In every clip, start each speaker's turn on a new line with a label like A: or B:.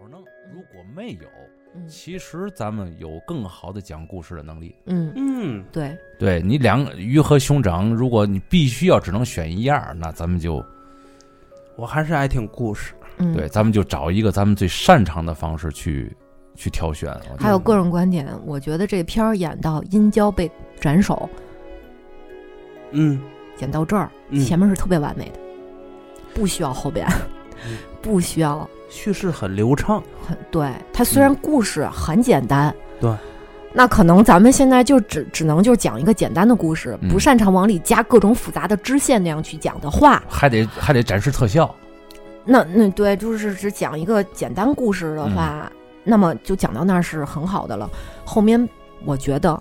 A: 好弄。如果没有，
B: 嗯
A: 其实咱们有更好的讲故事的能力。
B: 嗯，
C: 嗯，
B: 对，
A: 对你两个鱼和熊掌，如果你必须要只能选一样儿，那咱们就
C: 我还是爱听故事。
B: 嗯，
A: 对，咱们就找一个咱们最擅长的方式去去挑选。啊我觉得
B: 还有个人观点，我觉得这片儿演到殷郊被斩首，
C: 嗯，
B: 演到这儿，
C: 嗯
B: 前面是特别完美的，不需要后边，
C: 嗯
B: 不需要
C: 叙事很流畅。
B: 很对。它虽然故事很简单，
C: 嗯对，
B: 那可能咱们现在就只只能就讲一个简单的故事，
A: 嗯
B: 不擅长往里加各种复杂的支线那样去讲的话，
A: 还得还得展示特效，
B: 那那对，就是只讲一个简单故事
A: 嗯
B: 的话，那么就讲到那儿是很好的了。后面我觉得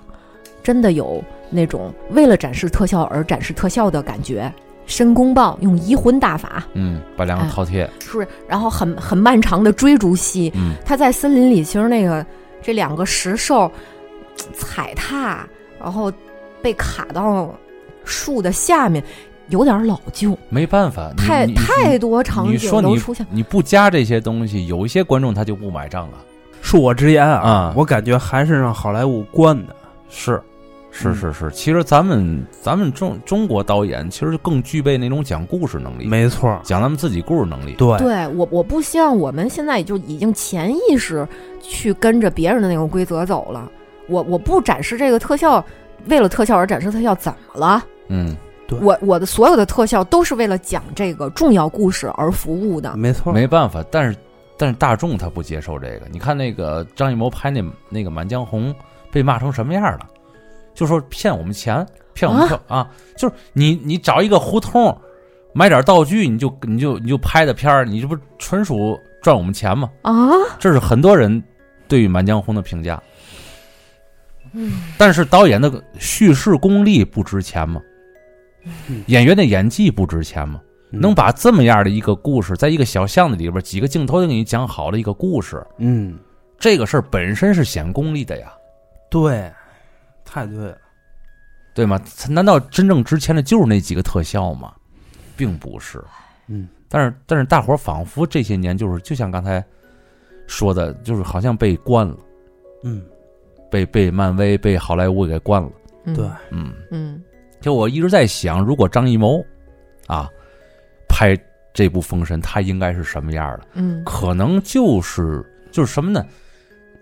B: 真的有那种为了展示特效而展示特效的感觉。申公豹用移魂大法，
A: 嗯，把
B: 哎
A: 两个饕餮，
B: 是不是？然后很很漫长的追逐戏，
A: 嗯，
B: 他在森林里，其实那个这两个石兽嘖踩踏，然后被卡到树的下面，有点老旧，
A: 没办法，你
B: 太
A: 你
B: 太多场
A: 你
B: 景
A: 说
B: 都
A: 你
B: 出现。
A: 你不加这些东西，有一些观众他就不买账了。
C: 恕我直言啊
A: 啊，
C: 我感觉还是让好莱坞惯的。
A: 是，
B: 嗯
A: 是是是，其实咱们咱们中中国导演其实更具备那种讲故事能力，
C: 没错儿，
A: 讲咱们自己故事能力。
C: 对，
B: 对我，我不希望我们现在也就已经潜意识去跟着别人的那种规则走了。我我不展示这个特效，为了特效而展示特效，怎么了？
A: 嗯，
C: 对
B: 我我的所有的特效都是为了讲这个重要故事而服务的。
C: 没错儿，
A: 没办法，但是但是大众他不接受这个。你看那个张艺谋拍那那个《满江红》，被骂成什么样了？就说骗我们钱，骗我们票啊就是你你找一个胡同，买点道具，你就你就你就拍的片儿，你这不纯属赚我们钱吗？
B: 啊，
A: 这是很多人对于《满江红》的评价。但是导演的叙事功力不值钱吗
C: 嗯？
A: 演员的演技不值钱吗？能
C: 把
A: 把这么样的一个故事，在一个小巷子里边几个镜头就给你讲好了一个故事，
C: 嗯，
A: 这个事儿本身是显功力的呀，
C: 对，太对了。
A: 对吗？难道真正值钱的就是那几个特效吗？并不是。
C: 嗯，
A: 但是但是大伙儿仿佛这些年就是就像刚才说的，就是好像被惯了，
C: 嗯，
A: 被被漫威、被好莱坞给惯了。
B: 嗯
C: 对，
A: 嗯，
B: 嗯
A: 就我一直在想，如果张艺谋啊拍这部《封神》，他应该是什么样的？
B: 嗯
A: 可能就是就是什么呢？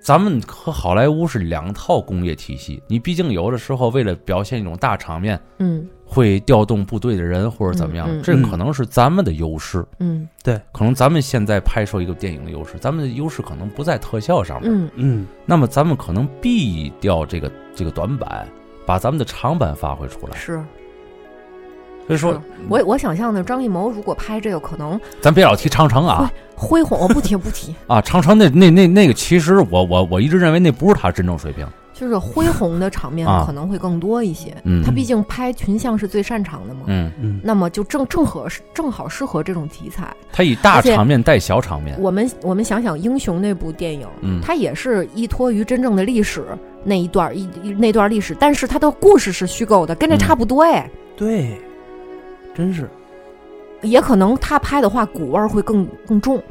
A: 咱们和好莱坞是两套工业体系，你毕竟有的时候为了表现一种大场面，
B: 嗯
A: 会调动部队的人或者怎么样，
B: 嗯嗯
A: 这可能是咱们的优势。
B: 嗯
A: 可能咱们现在拍摄一个电影的优势，咱们的优势可能不在特效上面。
B: 嗯
C: 嗯，
A: 那么咱们可能避掉这个这个短板，把咱们的长板发挥出来。
B: 是。
A: 所以说
B: 是，我我想象的张艺谋如果拍这个，可能
A: 咱别老提长城啊
B: 恢宏，我不提不提，
A: 啊，长城那那那那个，其实我我我一直认为那不是他真正水平。
B: 就是恢宏的场面
A: 啊
B: 可能会更多一些。
A: 嗯
B: 他毕竟拍群像是最擅长的嘛。
A: 嗯，
C: 嗯，
B: 那么就正正合正好适合这种题材。
A: 他以大场面带小场面。
B: 我们我们想想《英雄》那部电影，
A: 嗯
B: 它也是依托于真正的历史那一段一一那段历史，但是它的故事是虚构的，跟这
A: 嗯
B: 差不多哎。
C: 对，真是
B: 也可能他拍的话，古味儿会更更重，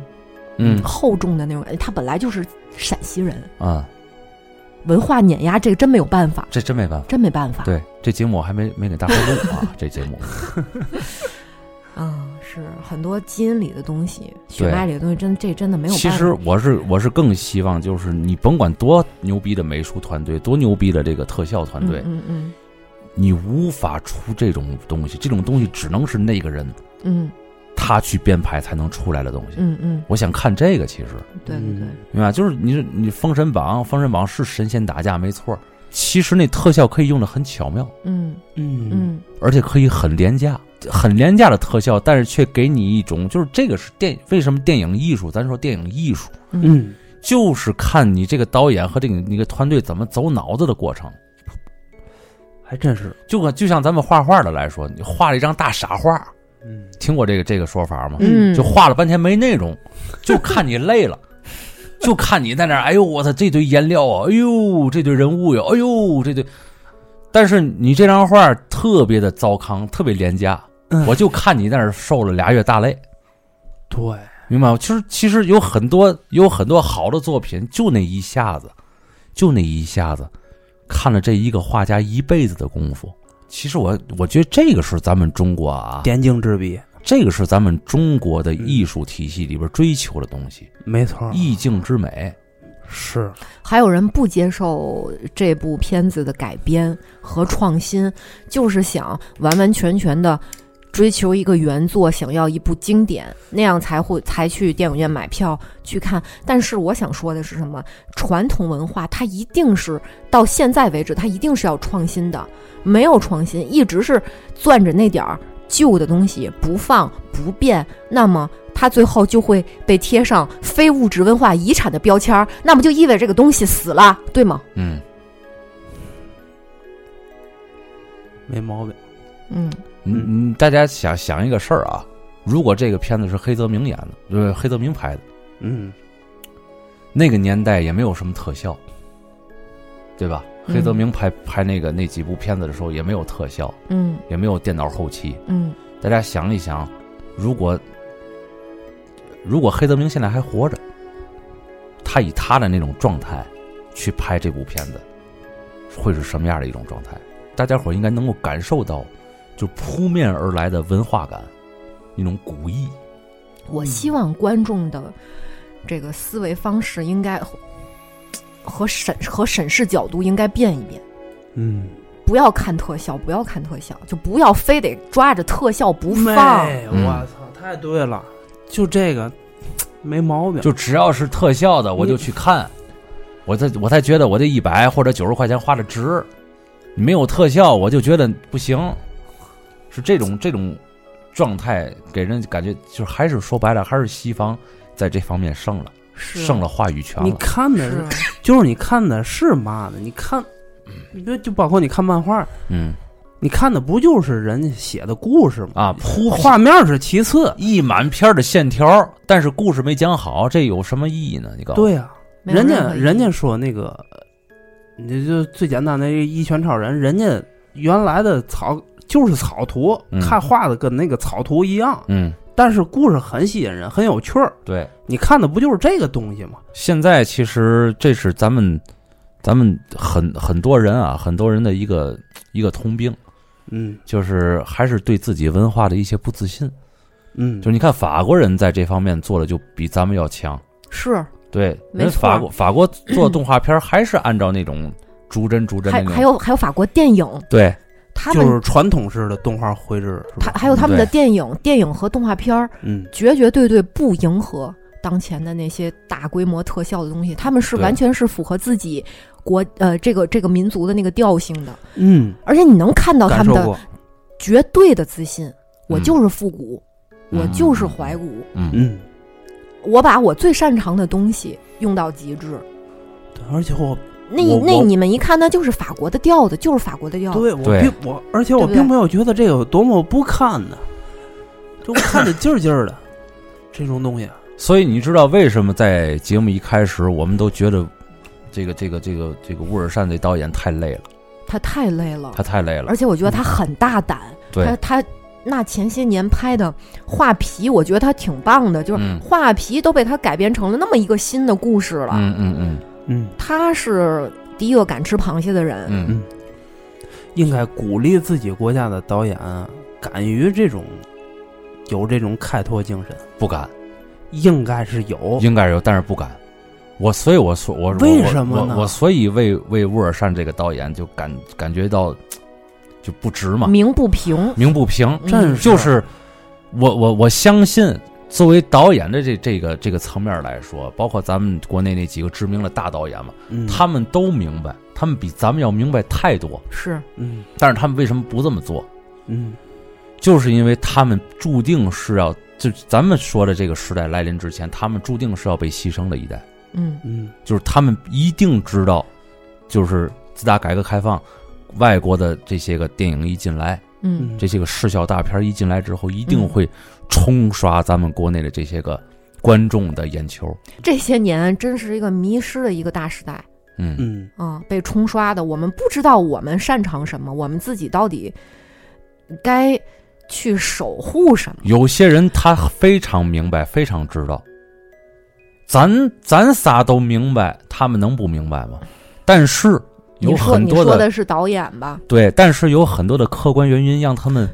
A: 嗯
B: 厚重的那种感觉。他本来就是陕西人，
A: 啊，
B: 文化碾压这个真没有办法，
A: 这真没办法。
B: 真没办法。
A: 对，这节目我还没没给大伙录 啊，这节目。
B: 嗯，是很多基因里的东西，血
A: 对
B: 脉里的东西，真这真的没有办法。
A: 其实我是我是更希望，就是你甭管多牛逼的美术团队，多牛逼的这个特效团队，
B: 嗯嗯
A: 你无法出这种东西，这种东西只能是那个人
B: 嗯
A: 他去编排才能出来的东西。
B: 嗯嗯
A: 我想看这个，其实
B: 嗯，对对对，
A: 明白，就是你你《封神榜》，《封神榜》是神仙打架没错儿，其实那特效可以用的很巧妙。
B: 嗯
C: 嗯嗯
B: 嗯
A: 而且可以很廉价、很廉价的特效，但是却给你一种就是这个是电为什么电影艺术？咱说电影艺术
C: 嗯，
A: 就是看你这个导演和这个你个团队怎么走脑子的过程。
C: 还真是，
A: 就跟就像咱们画画的来说，你画了一张大傻画，
C: 嗯，
A: 听过这个这个说法吗？
B: 嗯，
A: 就画了半天没内容，就看你累了。就看你在那儿，哎呦我操，这堆颜料啊，哎呦这堆人物呀、哎呦这堆，但是你这张画特别的糟糠，特别廉价，
C: 嗯
A: 我就看你在那儿受了俩月大累，
C: 对，
A: 明白吗？其实其实有很多有很多好的作品，就那一下子，就那一下子，看了这一个画家一辈子的功夫。其实我我觉得这个是咱们中国啊，
C: 点睛之笔，
A: 这个是咱们中国的艺术体系里边追求的东西，
C: 没
B: 嗯
C: 错，
A: 意境之美。
C: 是
B: 还有人不接受这部片子的改编和创新，就是想完完全全的追求一个原作，想要一部经典，那样才会才去电影院买票去看。但是我想说的是什么？传统文化它一定是到现在为止，它一定是要创新的，没有创新，一直是攥着那点儿旧的东西不放不变，那么它最后就会被贴上非物质文化遗产的标签儿，那么就意味着这个东西死了，对吗？
A: 嗯
C: 没毛病。
B: 嗯，
A: 嗯，大家想想一个事儿啊，如果这个片子是黑泽明演的，呃，黑泽明拍的，
C: 嗯，
A: 那个年代也没有什么特效，对吧？
B: 嗯
A: 黑泽明拍拍那个那几部片子的时候也没有特效，
B: 嗯
A: 也没有电脑后期。
B: 嗯
A: 大家想一想，如果如果黑泽明现在还活着，他以他的那种状态去拍这部片子，会是什么样的一种状态？大家伙儿应该能够感受到，就扑面而来的文化感，一种古意。
B: 我希望观众的这个思维方式应该和和审和审视角度应该变一变，
C: 嗯，
B: 不要看特效，不要看特效，就不要非得抓着特效不放。
C: 没
A: 嗯
C: 我操，太对了，就这个没毛病。
A: 就只要是特效的，我就去看，我才我才觉得我这一百或者九十块钱花的值。你没有特效，我就觉得不行，是这种这种状态给人感觉就是还是说白了，还是西方在这方面胜了，
B: 是
A: 胜了话语权
C: 你
A: 了。
C: 看的
B: 是，
C: 就是你看的是嘛呢？你看，你别就包括你看漫画，
A: 嗯
C: 你看的不就是人家写的故事吗？
A: 啊，铺画
C: 画面是其次，
A: 一满篇的线条，但是故事没讲好，这有什么意义呢？你告诉我，
C: 对呀、
B: 没有
C: 人
B: 任
C: 家
B: 何意义
C: 人家说那个，呃你就最简单的一拳超人，人家原来的草就是草图，
A: 嗯
C: 看画的跟那个草图一样，
A: 嗯，
C: 但是故事很吸引人，很有趣儿。
A: 对。
C: 你看的不就是这个东西吗？
A: 现在其实这是咱们咱们很很多人啊，很多人的一个一个通病。
C: 嗯
A: 就是还是对自己文化的一些不自信。
C: 嗯，
A: 就是你看法国人在这方面做的就比咱们要强，
B: 是
A: 对，
B: 没
A: 人
B: 错
A: 法国法国做动画片儿还是按照那种逐帧逐帧的
B: 还
A: 那
B: 嗯还
A: 种，
B: 有还有法国电影，
A: 对，
B: 他们、
C: 就是传统式的动画绘制，是
B: 他
C: 吧？
B: 还有他们的
A: 对
B: 电影，电影和动画片儿
C: 嗯
B: 绝绝对对不迎合当前的那些大规模特效的东西，他们是
A: 对
B: 完全是符合自己国呃这个这个民族的那个调性的，
C: 嗯，
B: 而且你能看到他
C: 感受
B: 们的
C: 过，
B: 绝对的自信。我
A: 嗯
B: 就是复古，我就是怀古，
A: 嗯，
C: 嗯，
B: 我把我最擅长的东西用到极致。
C: 对而且我
B: 那
A: 我
B: 那
A: 我
B: 你们一看，那就是法国的调子，就是法国的调子。
C: 对我
A: 对
C: 并我，而且我
B: 对不对
C: 并没有觉得这有多么不堪呢，就我看着劲儿劲儿的 这种东西，
A: 所以你知道为什么在节目一开始我们都觉得这个这个这个这个乌尔善这导演太累了，
B: 他太累了，
A: 他太累了
B: 而，且我觉得他很大胆。
A: 对，
B: 他他那前些年拍的画皮，我觉得他挺棒的，就是
A: 嗯
B: 画皮都被他改编成了那么一个新的故事了。
A: 嗯嗯嗯
C: 嗯，
B: 他是第一个敢吃螃蟹的人，
A: 嗯嗯，
C: 应该鼓励自己国家的导演敢于这种有这种开拓精神，
A: 不敢，
C: 应该是有，
A: 应该是有，但是不敢。我所以我说我我
C: 哦为什么呢
A: 我我所以为为乌尔善这个导演就感感觉到就不值嘛，
B: 鸣不平。嗯
A: 鸣不平。
C: 真是
A: 就是我我我相信，作为导演的这这个这个层面来说，包括咱们国内那几个知名的大导演嘛，
C: 嗯
A: 他们都明白，他们比咱们要明白太多。
B: 是，
C: 嗯
A: 但是他们为什么不这么做？
C: 嗯
A: 就是因为他们注定是要，就咱们说的这个时代来临之前，他们注定是要被牺牲的一代。
B: 嗯
C: 嗯
A: 就是他们一定知道，就是自打改革开放，外国的这些个电影一进来，
B: 嗯，
C: 嗯，
A: 这些个视效大片儿一进来之后，一定会冲刷咱们国内的这些个观众的眼球。
B: 这些年真是一个迷失的一个大时代
A: 嗯，
C: 嗯
B: 啊、被冲刷的。我们不知道我们擅长什么，我们自己到底该去守护什么。
A: 有些人他非常明白，非常知道。咱咱仨都明白，他们能不明白吗？但是有
B: 你说
A: 很
B: 你
A: 多
B: 说
A: 的
B: 的是导演吧？
A: 对，但是有很多的客观原因让他们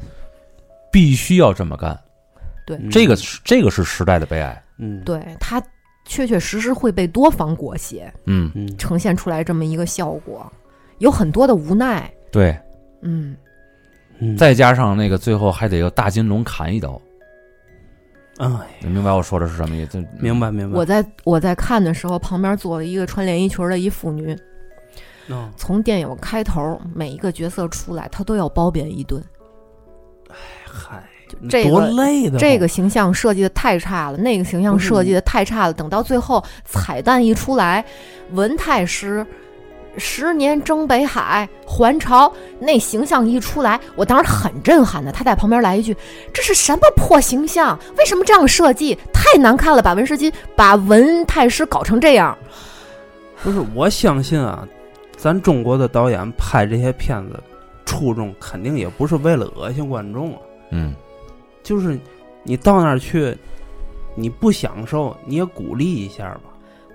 A: 必须要这么干。
C: 嗯
A: 这个是这个是时代的悲哀。
C: 嗯
B: 对他确确实实会被多方裹挟，
A: 嗯，
C: 嗯
B: 呈现出来这么一个效果，有很多的无奈。
A: 对，
B: 嗯，
C: 嗯
A: 再加上那个最后还得有大金龙砍一刀，
C: 哎
A: 你明白我说的是什么意思？
C: 明白明白
B: 我在我在看的时候，旁边坐了一个穿连衣裙的一妇女。
C: 哦
B: 从电影开头，每一个角色出来，她都要包贬一顿。
C: 嗨
B: 就这
C: 多
B: 个
C: 累的
B: 这个形象设计的太差了，那个形象设计的太差了。等到最后彩蛋一出来，文太师十年征北海还朝那形象一出来，我当时很震撼的。他在旁边来一句：“这是什么破形象？为什么这样设计？太难看了！把文世金把文太师搞成这样。
C: 不是我相信啊，咱中国的导演拍这些片子初衷肯定也不是为了恶心观众啊，
A: 嗯，
C: 就是你到那儿去，你不享受你也鼓励一下吧。”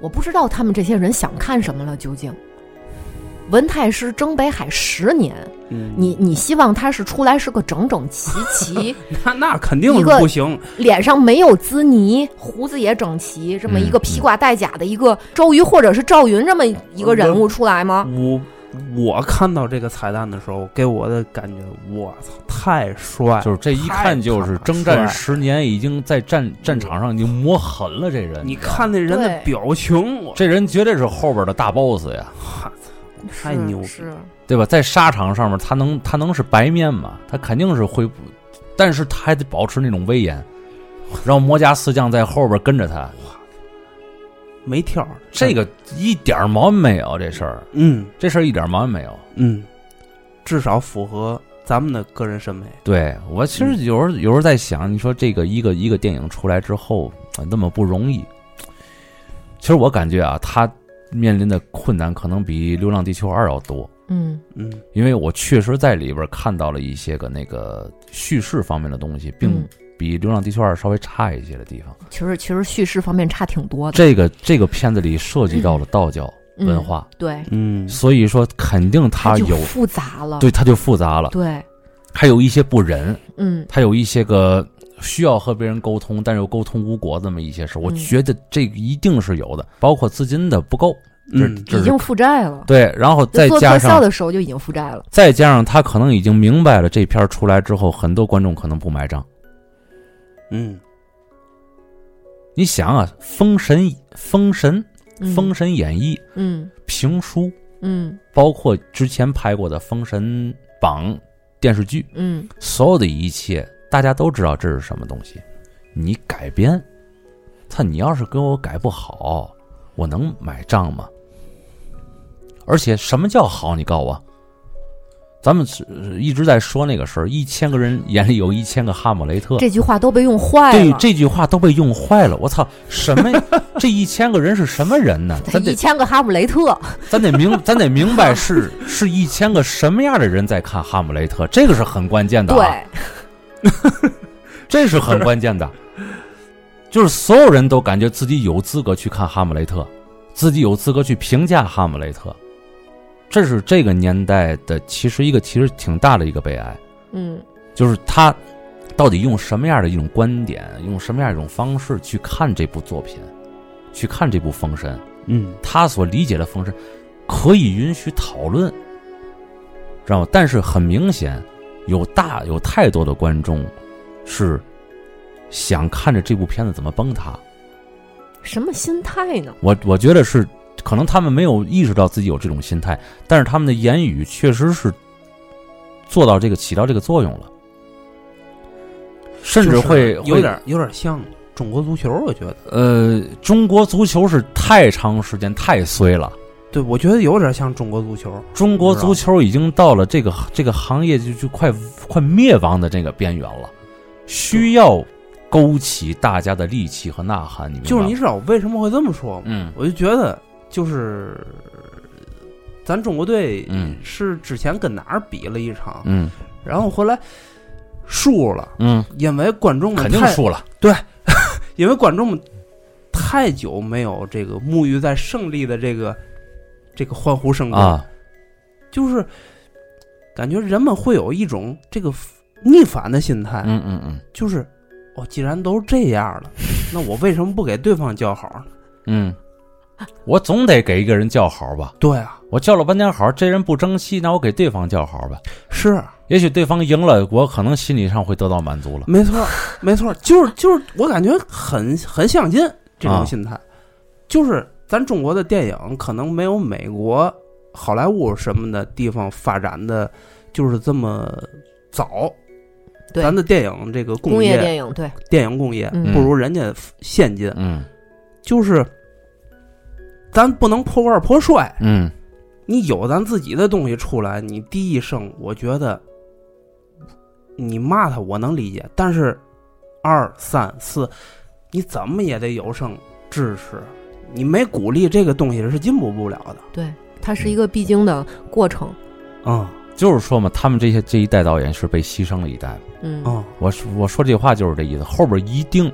B: 我不知道他们这些人想看什么了，究竟。文太师征北海十年，
C: 嗯，
B: 你你希望他是出来是个整整齐齐，
C: 那那肯定
B: 一
C: 是
B: 个
C: 不行，
B: 脸上没有滋泥，胡子也整齐，这么一个
A: 嗯
B: 披挂带甲的一个周瑜或者是赵云这么一个人物出来吗？
C: 我我看到这个彩蛋的时候，给我的感觉，我操，太帅！
A: 就是这一看就是征战十年，已经在战战场上已经磨痕了。这人，
C: 你看那人的
B: 对
C: 表情，我
A: 这人绝对是后边的大 boss 呀，
C: 操，太
B: 是
C: 牛逼
B: 是，
A: 对吧？在沙场上面，他能他能是白面吗？他肯定是会，但是他还得保持那种威严，让魔家四将在后边跟着他，
C: 没挑
A: 这，个一点毛病没有。这事儿，
C: 嗯
A: 这事儿一点毛病没有。
C: 嗯，至少符合咱们的个人审美。
A: 对我其
B: 嗯
A: 实有时候有时候在想，你说这个一个一个电影出来之后啊那么不容易，其实我感觉啊，他面临的困难可能比《流浪地球二》要多，
B: 嗯
C: 嗯
A: 因为我确实在里边看到了一些个那个叙事方面的东西，并
B: 嗯
A: 比《流浪地球二》稍微差一些的地方。
B: 其实其实叙事方面差挺多的，
A: 这个这个片子里涉及到了道教
B: 嗯
A: 文化，
B: 对，
C: 嗯
A: 所以说肯定它
B: 就
A: 有
B: 复杂了，
A: 对它就复杂了，
B: 对
A: 还有一些不仁。
B: 嗯，
A: 他有一些个需要和别人沟通，但是又沟通无果这么一些事，我
B: 嗯
A: 觉得这个一定是有的，包括资金的不够，这
C: 嗯，
A: 这
B: 已
A: 是
B: 经负债了。
A: 对，然后
B: 就
A: 再
B: 做
A: 加
B: 特效
A: 上
B: 的时候就已经负债了，
A: 再加上他可能已经明白了这片儿出来之后，很多观众可能不买账。
C: 嗯
A: 你想啊，《封神》《封神》《
B: 嗯
A: 封神演义》
B: 嗯
A: 评书，
B: 嗯
A: 包括之前拍过的《封神榜》电视剧，
B: 嗯，
A: 所有的一切，大家都知道这是什么东西。你改编，他你要是给我改不好，我能买账吗？而且什么叫好？你告诉我，咱们是一直在说那个事儿，一千个人眼里有一千个哈姆雷特。
B: 这句话都被用坏
A: 对
B: 了。
A: 这句话都被用坏了，我操！什么？ 这一千个人是什么人 呢？咱
B: 一
A: 得
B: 千个哈姆雷特，
A: 咱得明咱得明白是是一千个什么样的人在看《哈姆雷特》，这个是很关键的、啊。
B: 对，
A: 这是很关键的，就是所有人都感觉自己有资格去看《哈姆雷特》，自己有资格去评价《哈姆雷特》，这是这个年代的其实一个其实挺大的一个悲哀，
B: 嗯
A: 就是他到底用什么样的一种观点，用什么样一种方式去看这部作品，去看这部《封神》，
C: 嗯
A: 他所理解的封神可以允许讨论，知道吗？但是很明显，有大有太多的观众是想看着这部片子怎么崩塌。
B: 什么心态呢？
A: 我我觉得是，可能他们没有意识到自己有这种心态，但是他们的言语确实是做到这个起到这个作用了，甚至会
C: 就是
A: 会
C: 有点有点像中国足球，我觉得，
A: 呃，中国足球是太长时间太衰了。
C: 对我觉得有点像中国足球。
A: 中国足球已经到了这个这个行业就就快快灭亡的这个边缘了，需要勾起大家的戾气和呐喊。你明白
C: 就是
A: 吗
C: 你知道我为什么会这么说吗？
A: 嗯
C: 我就觉得就是咱中国队
A: 嗯
C: 是之前跟哪儿比了一场，
A: 嗯
C: 然后后来输了，
A: 嗯，
C: 因为观众们
A: 肯定
C: 太，
A: 输了，
C: 因为观众们太久没有这个沐浴在胜利的这个这个欢呼声中，
A: 啊，
C: 就是感觉人们会有一种这个逆反的心态，
A: 嗯嗯嗯
C: 就是哦，既然都这样了，那我为什么不给对方叫好呢？啊
A: 嗯，我总得给一个人叫好吧，
C: 对啊，
A: 我叫了半天好，这人不争气，那我给对方叫好吧，
C: 是
A: 也许对方赢了，我可能心理上会得到满足了。
C: 没错，没错，就是就是，我感觉很很相近这
A: 啊
C: 种心态，就是咱中国的电影可能没有美国好莱坞什么的地方发展的就是这么早，
B: 对
C: 咱的电影这个工
B: 工业
C: 电
B: 电影对，
C: 影工业
B: 嗯
C: 不如人家先进，
A: 嗯
C: 就是咱不能破罐破摔，
A: 嗯
C: 你有咱自己的东西出来，你第一声，我觉得你骂他我能理解，但是二三四，你怎么也得有声支持，你没鼓励这个东西是进步不了的。
B: 对，它是一个必经的过程。
C: 嗯
A: 就是说嘛，他们这些这一代导演是被牺牲了一代。
B: 嗯，
C: 嗯，
A: 我说我说这话就是这意思，后边一定，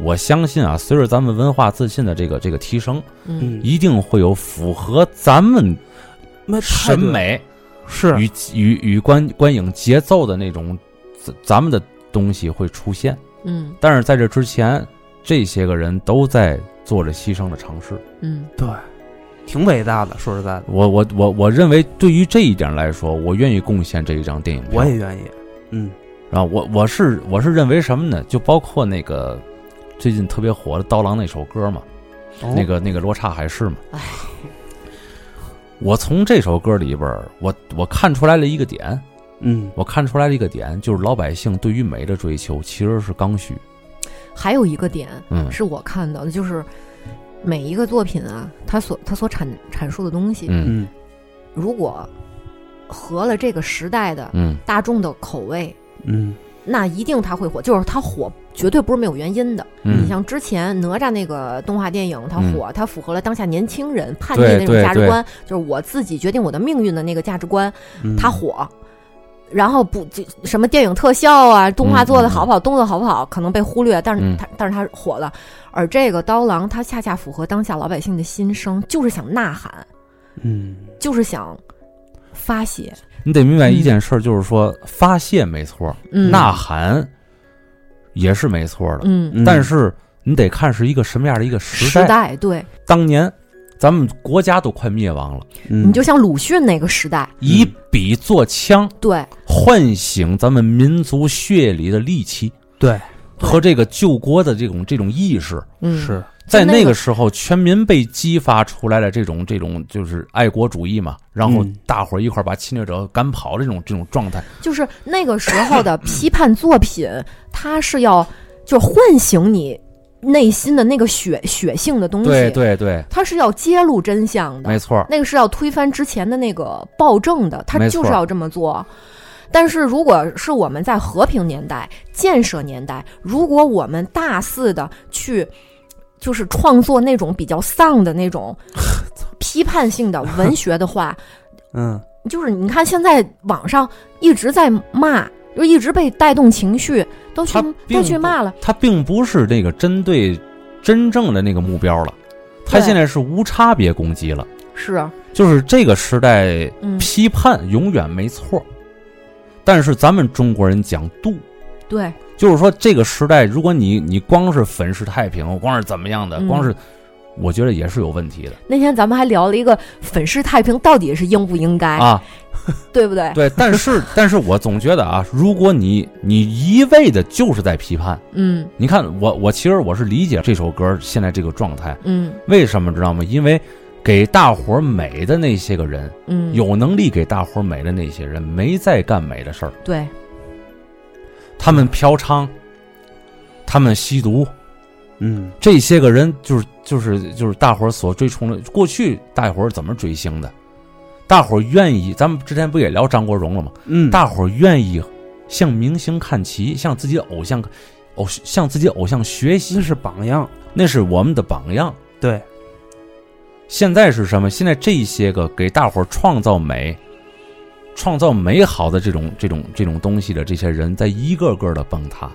A: 我相信啊，随着咱们文化自信的这个这个提升，
B: 嗯，
C: 嗯，
A: 一定会有符合咱们
C: 没
A: 审美
C: 是
A: 与与与观观影节奏的那种咱咱们的东西会出现。
B: 嗯
A: 但是在这之前，这些个人都在做着牺牲的尝试。
B: 嗯
C: 对，挺伟大的。说实在的，
A: 我我我我认为，对于这一点来说，我愿意贡献这一张电影票。
C: 我也愿意。嗯
A: 然后我我是我是认为什么呢？就包括那个最近特别火的刀郎那首歌嘛，
C: 哦
A: 那个那个罗刹海市嘛
B: 哎。
A: 我从这首歌里边儿，我我看出来了一个点，
C: 嗯，
A: 我看出来了一个点，就是老百姓对于美的追求其实是刚需。
B: 还有一个点
A: 嗯
B: 是我看到的，就是每一个作品啊，它所它所阐阐述的东西，
A: 嗯
C: 嗯
B: 如果合了这个时代的
A: 嗯
B: 大众的口味，
C: 嗯
B: 那一定它会火。就是它火，绝对不是没有原因的。你
A: 嗯，
B: 像之前哪吒那个动画电影，它
A: 嗯
B: 火，它符合了当下年轻人叛逆的
A: 对
B: 那种
A: 对
B: 价值
A: 对
B: 观，就是我自己决定我的命运的那个价值观，
C: 嗯，
B: 它火。然后不，这什么电影特效啊，动画做的好不好，动作好不好，可能被忽略，但是
A: 嗯
B: 它，但是它火了。而这个刀郎，它恰恰符合当下老百姓的心声，就是想呐喊，
C: 嗯
B: 就是想发泄。
A: 你得明白一件事儿，就是说发泄没错儿，
B: 嗯，
A: 呐喊也是没错儿的，
B: 嗯，
C: 嗯
A: 但是你得看是一个什么样的一个时
B: 时
A: 代。
B: 代对，
A: 当年咱们国家都快灭亡了，
C: 嗯
B: 你就像鲁迅那个时代，
A: 以笔作枪，
B: 对，
A: 唤醒咱们民族血里的戾气
C: 对
A: 和这个救国的这种这种意识，
B: 嗯，
C: 是
A: 在
B: 就那
A: 那
B: 个
A: 个时候，全民被激发出来了这种这种就是爱国主义嘛，然后
C: 嗯
A: 大伙儿一块儿把侵略者赶跑这种这种状态，
B: 就是那个时候的批判作品，它是要就是唤醒你内心的那个血血性的东西，
A: 对对对，
B: 它是要揭露真相的
A: 没，错儿，
B: 那个是要推翻之前的那个暴政的，它
A: 没错
B: 就是要这么做。但是，如果是我们在和平年代、建设年代，如果我们大肆的去，就是创作那种比较丧的 那种批判性的文学的话，
C: 嗯
B: 就是你看现在网上一直在骂，就一直被带动情绪，都去
A: 他并不
B: 都去骂了。
A: 它并不是那个针对真正的那个目标了，它
B: 对
A: 现在是无差别攻击了，
B: 是，
A: 就是这个时代
B: 嗯，
A: 批判永远没错儿，但是咱们中国人讲度。
B: 对，
A: 就是说，这个时代，如果你你光是粉饰太平，光是怎么样的，
B: 嗯
A: 光是，我觉得也是有问题的
B: 那天咱们还聊了一个粉饰太平到底是应不应该，
A: 啊。
B: 对不对？
A: 对，但是但是我总觉得啊，如果你你一味的就是在批判，
B: 嗯
A: 你看我我其实我是理解这首歌现在这个状态，
B: 嗯
A: 为什么知道吗？因为给大伙儿美的那些个人，
B: 嗯，
A: 有能力给大伙儿美的那些人，没在干美的事儿，
B: 对，
A: 他
B: 嗯
A: 们嫖娼，他们吸毒，
C: 嗯
A: 这些个人就是就是就是大伙儿所追崇的，过去大伙儿怎么追星的？大伙儿愿意，咱们之前不也聊张国荣了吗？
C: 嗯，
A: 大伙儿愿意向明星看齐，向自己的偶像，偶向自己的偶像学习，
C: 那是榜样，
A: 那是我们的榜样。
C: 对，
A: 现在是什么？现在这些个给大伙儿创造美、创造美好的这种这种这种东西的这些人，在一个个的崩塌。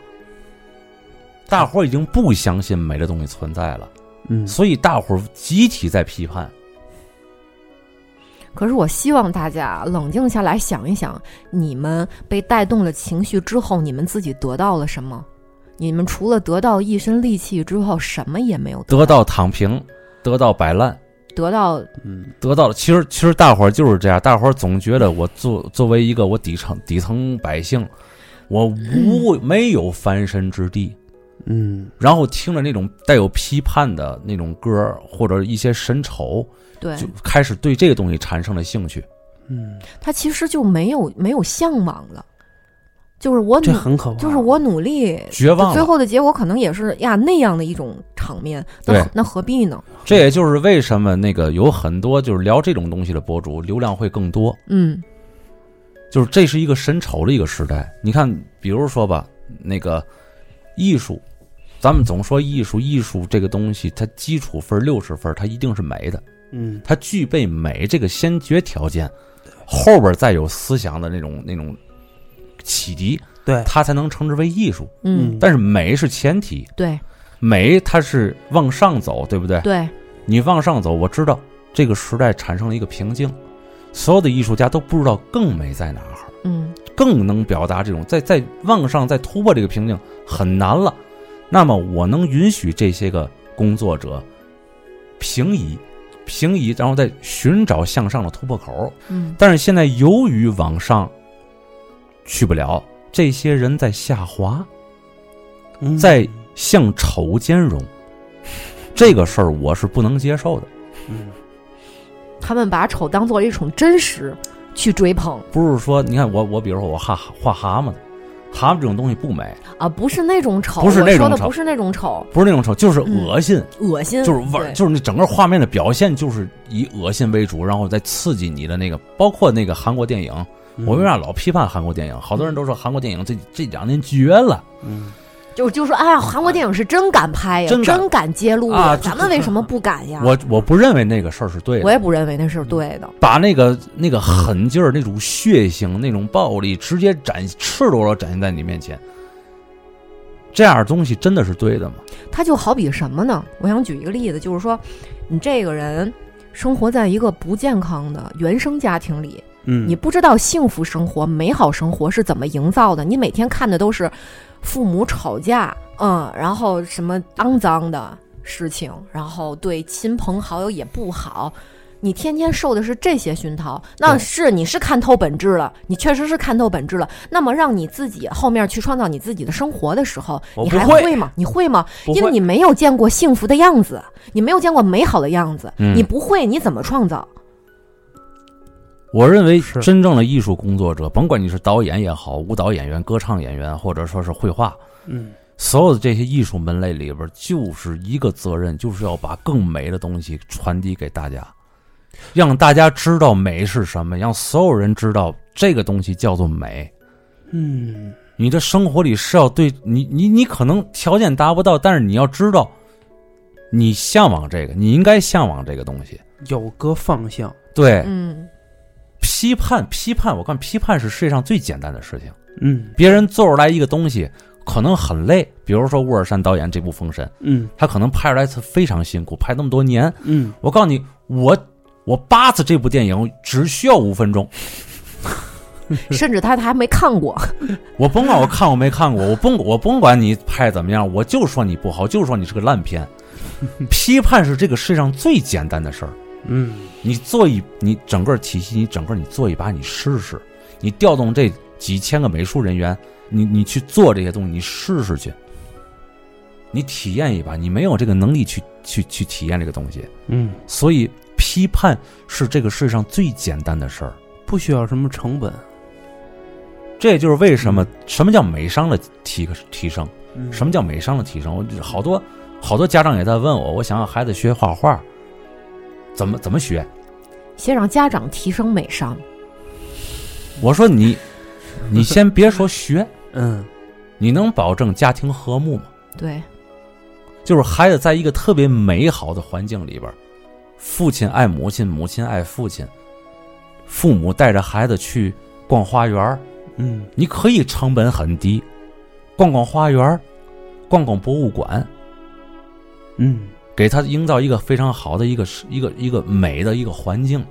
A: 大伙儿已经不相信美的东西存在了，
C: 嗯
A: 所以大伙儿集体在批判。
B: 可是我希望大家冷静下来想一想，你们被带动了情绪之后，你们自己得到了什么？你们除了得到一身戾气之后，什么也没有
A: 得
B: 到
A: 到躺平，得到摆烂，
B: 得到
C: 嗯
A: 得到了。其实其实大伙儿就是这样，大伙儿总觉得我作作为一个我底层底层百姓，我无没有翻身之地。
C: 嗯
A: 然后听着那种带有批判的那种歌儿或者一些神愁，
B: 对
A: 就开始对这个东西产生了兴趣。
C: 嗯，
B: 他其实就没有没有向往了，就是我
C: 这
B: 努
C: 很可怕。
B: 就是我努力，
A: 绝望
B: 最
A: 了，
B: 后的结果可能也是呀那样的一种场面，那
A: 对
B: 何那何必呢？
A: 这也就是为什么那个有很多就是聊这种东西的博主流量会更多，
B: 嗯
A: 就是这是一个神丑的一个时代。你看，比如说吧，那个艺术，咱们总说艺术，艺术这个东西它基础分六十分，它一定是美的，
C: 嗯
A: 它具备美这个先决条件，后边再有思想的那种那种启迪，
C: 对
A: 它才能称之为艺术。
B: 嗯，
A: 但是美是前提，
B: 对
A: 美它是往上走，对不对？
B: 对，
A: 你往上走，我知道这个时代产生了一个瓶颈，所有的艺术家都不知道更美在哪儿，
B: 嗯
A: 更能表达这种在在往上再突破这个瓶颈很难了。那么我能允许这些个工作者平移、平移，然后再寻找向上的突破口。
B: 嗯
A: 但是现在由于往上去不了，这些人在下滑，
C: 嗯
A: 在向丑兼容，这个事儿我是不能接受的。
C: 嗯
B: 他们把丑当做一种真实去追捧
A: 不是说你看我我比如说我画画蛤蟆的，蛤蟆这种东西不美，
B: 啊，不是那种丑，
A: 不是那种
B: 我说的
A: 丑
B: 不是那种丑，
A: 不是那种丑，就是恶心，
B: 恶心，
A: 就是味儿，
B: 嗯对
A: 就是那整个画面的表现就是以恶心为主，然后再刺激你的那个，包括那个韩国电影，
C: 嗯
A: 我为啥老批判韩国电影？好多人都说韩国电影这这两年绝了，
C: 嗯
B: 就就说哎呀，韩国电影是真敢拍呀，
A: 真敢
B: 真敢揭露呀
A: 啊
B: 咱们为什么不敢呀？
A: 我我不认为那个事儿是对
B: 嗯
A: 嗯
B: 我
A: 的。
B: 也不认为那是对的，
A: 把那个那个狠劲儿、那种血腥、那种暴力，直接展赤裸裸展现在你面前，这样的东西真的是对的吗？
B: 它就好比什么呢？我想举一个例子，就是说，你这个人生活在一个不健康的原生家庭里，
C: 嗯，
B: 你不知道幸福生活、美好生活是怎么营造的，你每天看的都是父母吵架，嗯，然后什么肮脏的事情，然后对亲朋好友也不好。你天天受的是这些熏陶，那
C: 对
B: 是你是看透本质了，你确实是看透本质了。那么让你自己后面去创造你自己的生活的时候，
A: 我
B: 你
A: 不
B: 还
A: 会
B: 会吗？你会吗？
A: 不
B: 因为
A: 会，
B: 你没有见过幸福的样子，你没有见过美好的样子，
A: 嗯
B: 你不会，你怎么创造？
A: 我认为
C: 是
A: 真正的艺术工作者，甭管你是导演也好，舞蹈演员、歌唱演员，或者说是绘画，
C: 嗯
A: 所有的这些艺术门类里边，就是一个责任，就是要把更美的东西传递给大家，让大家知道美是什么，让所有人知道这个东西叫做美。
C: 嗯
A: 你的生活里是要对你，你你可能条件达不到，但是你要知道，你向往这个，你应该向往这个东西。
C: 有个方向。
A: 对，
B: 嗯，
A: 批判批判，我看批判是世界上最简单的事情。
C: 嗯
A: 别人做出来一个东西可能很累，比如说沃尔善导演这部《封神》，
C: 嗯
A: 他可能拍出来是非常辛苦，拍那么多年。
C: 嗯，
A: 我告诉你，我我八次这部电影只需要五分钟，
B: 甚至他他还没看过，
A: 我甭管我看过没看过，我甭我甭管你拍得怎么样，我就说你不好，就说你是个烂片。 批判是这个世界上最简单的事儿。
C: 嗯
A: 你做一你整个体系，你整个你做一把，你试试，你调动这几千个美术人员，你你去做这些东西，你试试去，你体验一把，你没有这个能力去去去体验这个东西，
C: 嗯，
A: 所以批判是这个世界上最简单的事儿。
C: 不需要什么成本。
A: 这也就是为什么什么叫美商的提提升，
C: 嗯
A: 什么叫美商的提升？我就是好多好多家长也在问我，我想让孩子学画画，怎么怎么学？
B: 先让家长提升美商。
A: 我说你，你先别说学。
C: 嗯
A: 你能保证家庭和睦吗？
B: 对，
A: 就是孩子在一个特别美好的环境里边儿，父亲爱母亲，母亲爱父亲，父母带着孩子去逛花园儿，
C: 嗯，
A: 你可以成本很低，逛逛花园儿，逛逛博物馆，
C: 嗯，
A: 给他营造一个非常好的一个一个一个美的一个环境，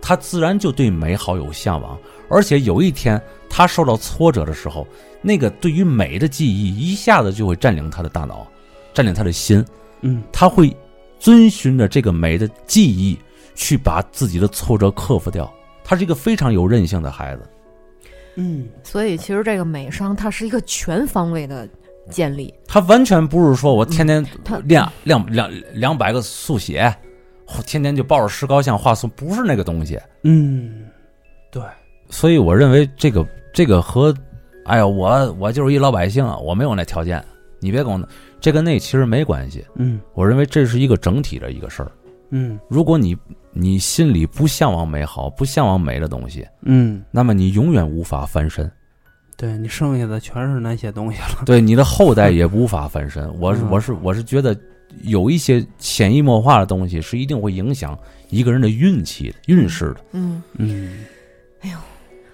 A: 他自然就对美好有向往，而且有一天他受到挫折的时候，那个对于美的记忆一下子就会占领他的大脑，占领他的心，
C: 嗯，
A: 他会遵循着这个美的记忆去把自己的挫折克服掉。他是一个非常有韧性的孩子，
C: 嗯，
B: 所以其实这个美商它是一个全方位的建立，
A: 他完全不是说我天天
B: 他
A: 练两两两百个速写，或天天就抱着石膏像画速，不是那个东西。
C: 嗯，对，
A: 所以我认为这个这个和，哎呀，我我就是一老百姓，啊，我没有那条件，你别跟我，这跟那其实没关系。
C: 嗯
A: 我认为这是一个整体的一个事儿。
C: 嗯
A: 如果你你心里不向往美好，不向往美的东西，
C: 嗯，
A: 那么你永远无法翻身，
C: 对你剩下的全是那些东西了。
A: 对你的后代也无法翻身。我是我是我是觉得，有一些潜移默化的东西是一定会影响一个人的运气的、运势的。
B: 嗯。
C: 嗯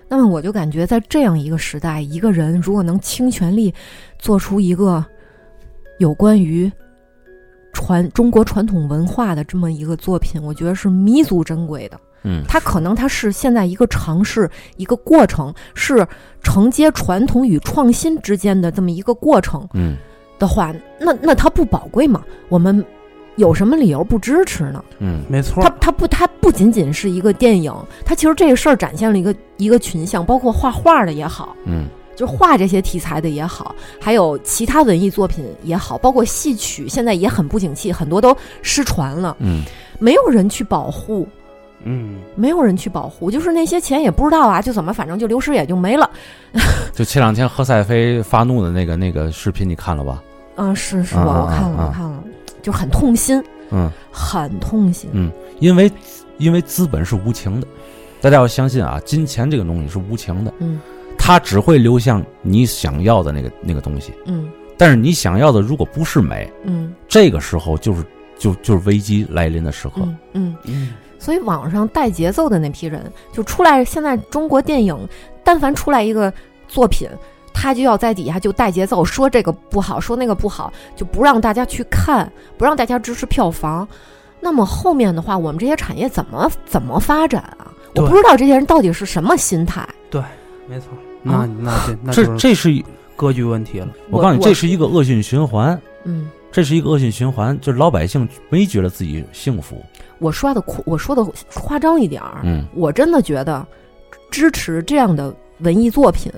B: 那么我就感觉，在这样一个时代，一个人如果能倾全力做出一个有关于传中国传统文化的这么一个作品，我觉得是弥足珍贵的。
A: 嗯，
B: 它可能它是现在一个尝试，一个过程，是承接传统与创新之间的这么一个过程
A: 嗯，
B: 的话，那那它不宝贵吗？我们有什么理由不支持呢？
A: 嗯，
C: 没错
B: 它，它不它不仅仅是一个电影，它其实这个事儿展现了一个一个群像，包括画画的也好，
A: 嗯，
B: 就画这些题材的也好，还有其他文艺作品也好，包括戏曲，现在也很不景气，很多都失传了，
A: 嗯，
B: 没有人去保护，
C: 嗯，
B: 没有人去保护，就是那些钱也不知道啊，就怎么反正就流失也就没了。
A: 就前两天何赛飞发怒的那个那个视频，你看了吧？
B: 啊，是是我
A: 啊
B: 我
A: 啊
B: 看了
A: 啊
B: 我看了，就很痛心，
A: 嗯，
B: 很痛心。
A: 因为因为资本是无情的，大家要相信啊，金钱这个东西是无情的，
B: 嗯
A: 它只会流向你想要的那个那个东西。
B: 嗯
A: 但是你想要的如果不是美，
B: 嗯
A: 这个时候就是就就是危机来临的时刻。
B: 嗯嗯，
C: 嗯
B: 所以网上带节奏的那批人，就出来现在中国电影，但凡出来一个作品，他就要在底下就带节奏，说这个不好，说那个不好，就不让大家去看，不让大家支持票房。那么后面的话，我们这些产业怎么怎么发展啊？我
C: 对
B: 不知道这些人到底是什么心态。
C: 没错。那那这那
A: 这
C: 啊就是
A: 这是一
C: 格局问题了。
A: 我告诉你，这是一个恶性循环，
B: 嗯，
A: 这是一个恶性循环，就是老百姓没觉得自己幸福。
B: 我说的苦，我说的夸张一点儿，啊
A: 嗯
B: 我真的觉得支持这样的文艺作品、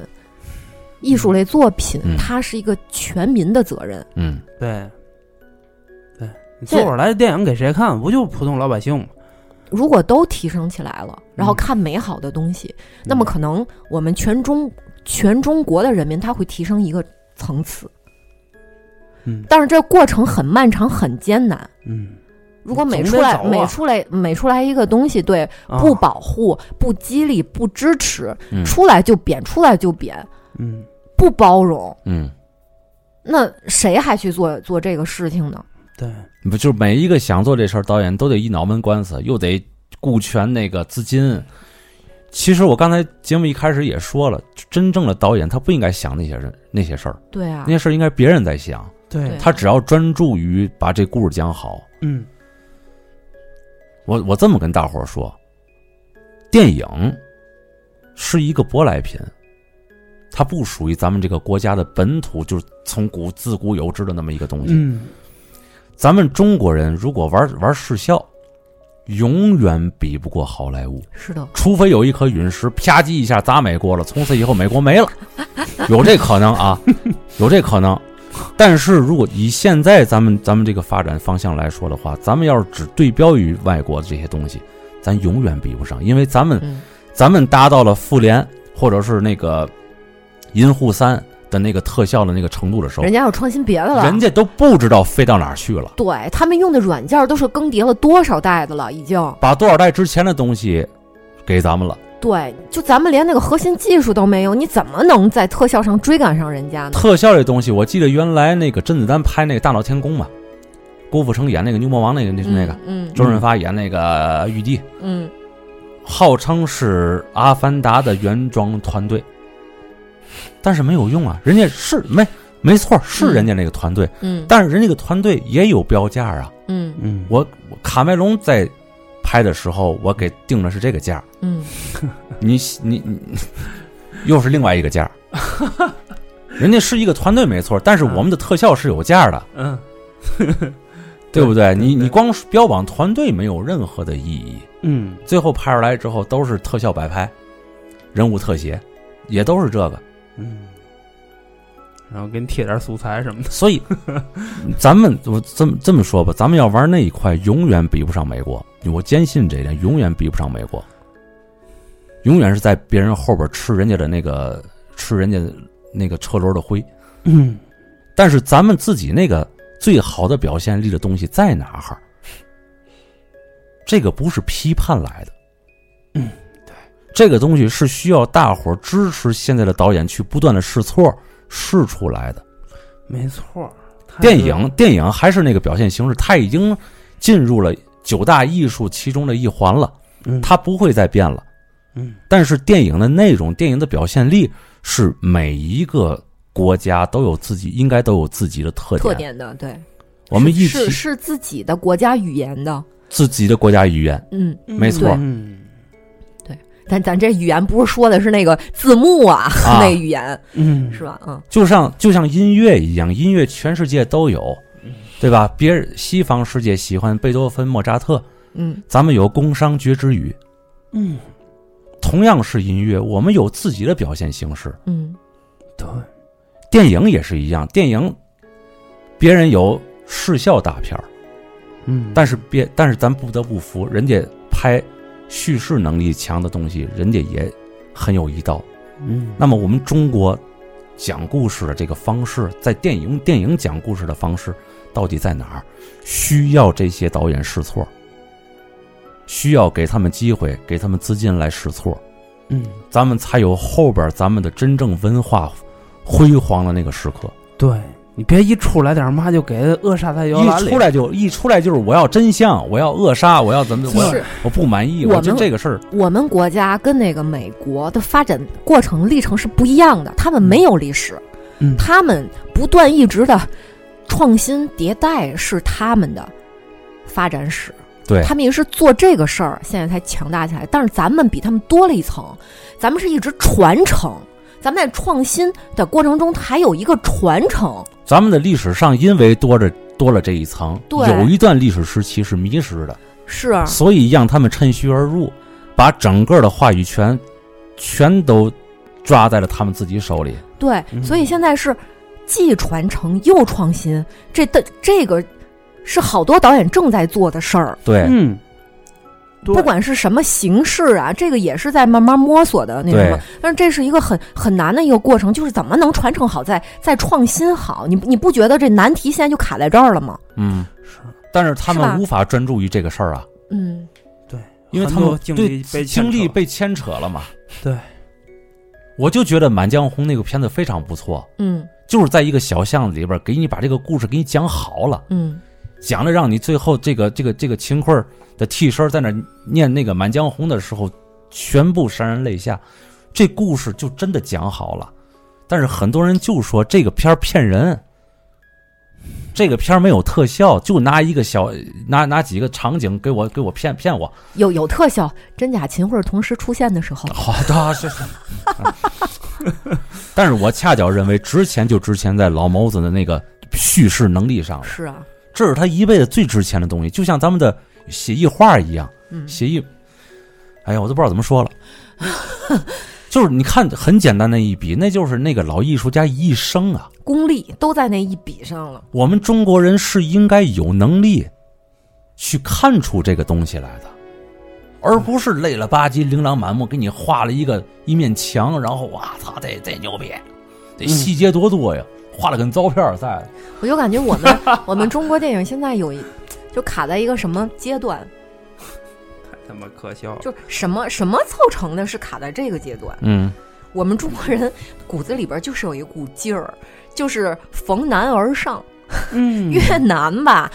B: 艺术类作品，
A: 嗯
B: 它是一个全民的责任。
A: 嗯，
C: 对，对，你
B: 这
C: 坐会儿来电影给谁看？不就普通老百姓吗？
B: 如果都提升起来了，然后
C: 嗯
B: 看美好的东西，那么可能我们全中全中国的人民他会提升一个层次，
C: 嗯
B: 但是这过程很漫长，很艰难。
C: 嗯，
B: 如果每
C: 总得
B: 出来、
C: 走啊
B: 每出来每出来一个东西，对
C: 啊
B: 不保护、不激励、不支持，
A: 嗯
B: 出来就贬，出来就贬，
C: 嗯，
B: 不包容，
A: 嗯，
B: 那谁还去做做这个事情呢？
C: 对，
A: 不就是每一个想做这事儿导演都得一脑门官司，又得顾全那个资金。其实我刚才节目一开始也说了，真正的导演他不应该想那些人那些事儿，
B: 对啊
A: 那，些事儿应该别人在想，
C: 对
B: 对，
A: 他只要专注于把这故事讲好。
C: 嗯
A: 我我这么跟大伙儿说，电影是一个舶来品，它不属于咱们这个国家的本土，就是从古自古有之的那么一个东西。
C: 嗯，
A: 咱们中国人如果玩玩视效，永远比不过好莱坞，
B: 是的，
A: 除非有一颗陨石啪叽一下砸美国了，从此以后美国没 了，有这可能啊，有这可能。但是如果以现在咱们咱们这个发展方向来说的话，咱们要是只对标于外国的这些东西，咱永远比不上，因为咱们
B: 嗯
A: 咱们达到了复联或者是那个银护三的那个特效的那个程度的时候
B: 人，家要创新别的了，
A: 人家都不知道飞到哪儿去了。
B: 对他们用的软件都是更迭了多少代的了，已经。
A: 把多少代之前的东西给咱们了，
B: 对，就咱们连那个核心技术都没有，你怎么能在特效上追赶上人家呢？
A: 特效这东西，我记得原来那个甄子丹拍那个《大闹天宫》嘛，郭富城演那个牛魔王那个那那个，
B: 嗯
A: 周润发演那个玉帝，
B: 嗯
A: 号称是《阿凡达》的原装团队，但是没有用啊，人家是没没错是人家那个团队，
B: 嗯
A: 但是人家这个团队也有标价啊。
B: 嗯
C: 嗯，
A: 我我卡梅隆在拍的时候，我给定的是这个价，
B: 嗯
A: 你你你又是另外一个价儿。人家是一个团队没错，但是我们的特效是有价的，
C: 嗯，
A: 对不对？
C: 对
A: 你
C: 对
A: 你光标榜团队没有任何的意义，
C: 嗯
A: 最后拍出来之后都是特效摆拍，人物特写，也都是这个。
C: 嗯，然后给你贴点素材什么的，
A: 所 以咱们我这么这么说吧，咱们要玩那一块，永远比不上美国。我坚信这一点，永远比不上美国，永远是在别人后边吃人家的那个吃人家那个车轮的灰。
C: 嗯
A: 但是咱们自己那个最好的表现力的东西在哪儿？这个不是批判来的，
C: 嗯，
A: 对，这个东西是需要大伙儿支持现在的导演去不断的试错、试出来的。
C: 没错儿，他
A: 电
C: 就
A: 影，电影还是那个表现形式，它已经进入了九大艺术其中的一环了，
C: 嗯
A: 它不会再变了。
C: 嗯
A: 但是电影的内容、电影的表现力是每一个国家都有自己应该都有自己的特点。
B: 嗯特点的对，
A: 我们一
B: 是
A: 起
B: 是自己的国家语言的，
A: 自己的国家语言，
B: 嗯，
A: 没错儿
C: 嗯
B: 咱咱这语言不是说的是那个字幕啊，
A: 啊
B: 那语言
C: 嗯
B: 是吧？嗯
A: 就像就像音乐一样，音乐全世界都有，对吧？别人西方世界喜欢贝多芬、莫扎特，
B: 嗯
A: 咱们有工商爵之语，
C: 嗯，
A: 同样是音乐，我们有自己的表现形式。
B: 嗯
C: 对，
A: 电影也是一样，电影别人有视效大片儿，
C: 嗯，
A: 但是别但是咱不得不服，人家拍叙事能力强的东西，人家也很有一道。
C: 嗯
A: 那么我们中国讲故事的这个方式，在电影电影讲故事的方式到底在哪儿？需要这些导演试错，需要给他们机会，给他们资金来试错，
C: 嗯
A: 咱们才有后边咱们的真正文化辉煌的那个时刻。
C: 对。你别一出来点嘛就给扼杀在摇篮
A: 一
C: 里。
A: 出来就一出来就是我要真相，我要扼杀，我要怎么，我要
B: 是
A: 我不满意，
B: 我
A: 我就
B: 们
A: 这个事儿
B: 我们国家跟那个美国的发展过程历程是不一样的，他们没有历史，
C: 嗯
B: 他们不断一直的创新迭代是他们的发展史。
A: 对
B: 他们也是做这个事儿，现在才强大起来。但是咱们比他们多了一层，咱们是一直传承。咱们在创新的过程中，还有一个传承。
A: 咱们的历史上因为多着多了这一层，
B: 对
A: 有一段历史时期是迷失的，
B: 是，
C: 啊
A: 所以让他们趁虚而入，把整个的话语权全都抓在了他们自己手里。
B: 对，
C: 嗯
B: 所以现在是既传承又创新，这的这个是好多导演正在做的事儿。
A: 对，
C: 嗯，对
B: 不管是什么形式啊，这个也是在慢慢摸索的那什么
A: 对。
B: 但是这是一个很很难的一个过程，就是怎么能传承好，再再创新好？你你不觉得这难题现在就卡在这儿了吗？
A: 嗯，
C: 是
A: 但是他
B: 是吧
A: 们无法专注于这个事儿啊，
B: 嗯，
A: 因为他
C: 很
A: 们
C: 多经历
A: 对
C: 被
A: 经
C: 牵
A: 历
C: 扯
A: 被牵扯了嘛。
C: 对，
A: 我就觉得《满江红》那个片子非常不错，
B: 嗯
A: 就是在一个小巷子里边儿给你把这个故事给你讲好了。
B: 嗯
A: 讲的让你最后这个这个这个秦桧儿的替身在那儿念那个《满江红》的时候，全部潸然泪下。这故事就真的讲好了，但是很多人就说这个片儿骗人，这个片儿没有特效，就拿一个小拿拿几个场景给我给我骗骗我。
B: 有有特效，真假秦桧同时出现的时候，
A: 好的，是。 但是我恰巧认为，值钱就值钱在老谋子的那个叙事能力上了。
B: 是啊，
A: 这是他一辈子最值钱的东西，就像咱们的写意画一样，
B: 嗯
A: 写意，哎呀，我都不知道怎么说了，就是你看很简单的一笔，那就是那个老艺术家一生啊。
B: 功力都在那一笔上了。
A: 我们中国人是应该有能力去看出这个东西来的，而不是累了吧唧、琳琅满目给你画了一个一面墙，然后哇操，这这牛逼，这细节多多呀，画的跟照片儿似的。
B: 我就感觉我们 我们中国电影现在有一就卡在一个什么阶段，
C: 太他妈可笑了。
B: 就是什么什么凑成的，是卡在这个阶段。
A: 嗯，
B: 我们中国人骨子里边就是有一股劲儿，就是逢难而上。
C: 嗯
B: 越南吧，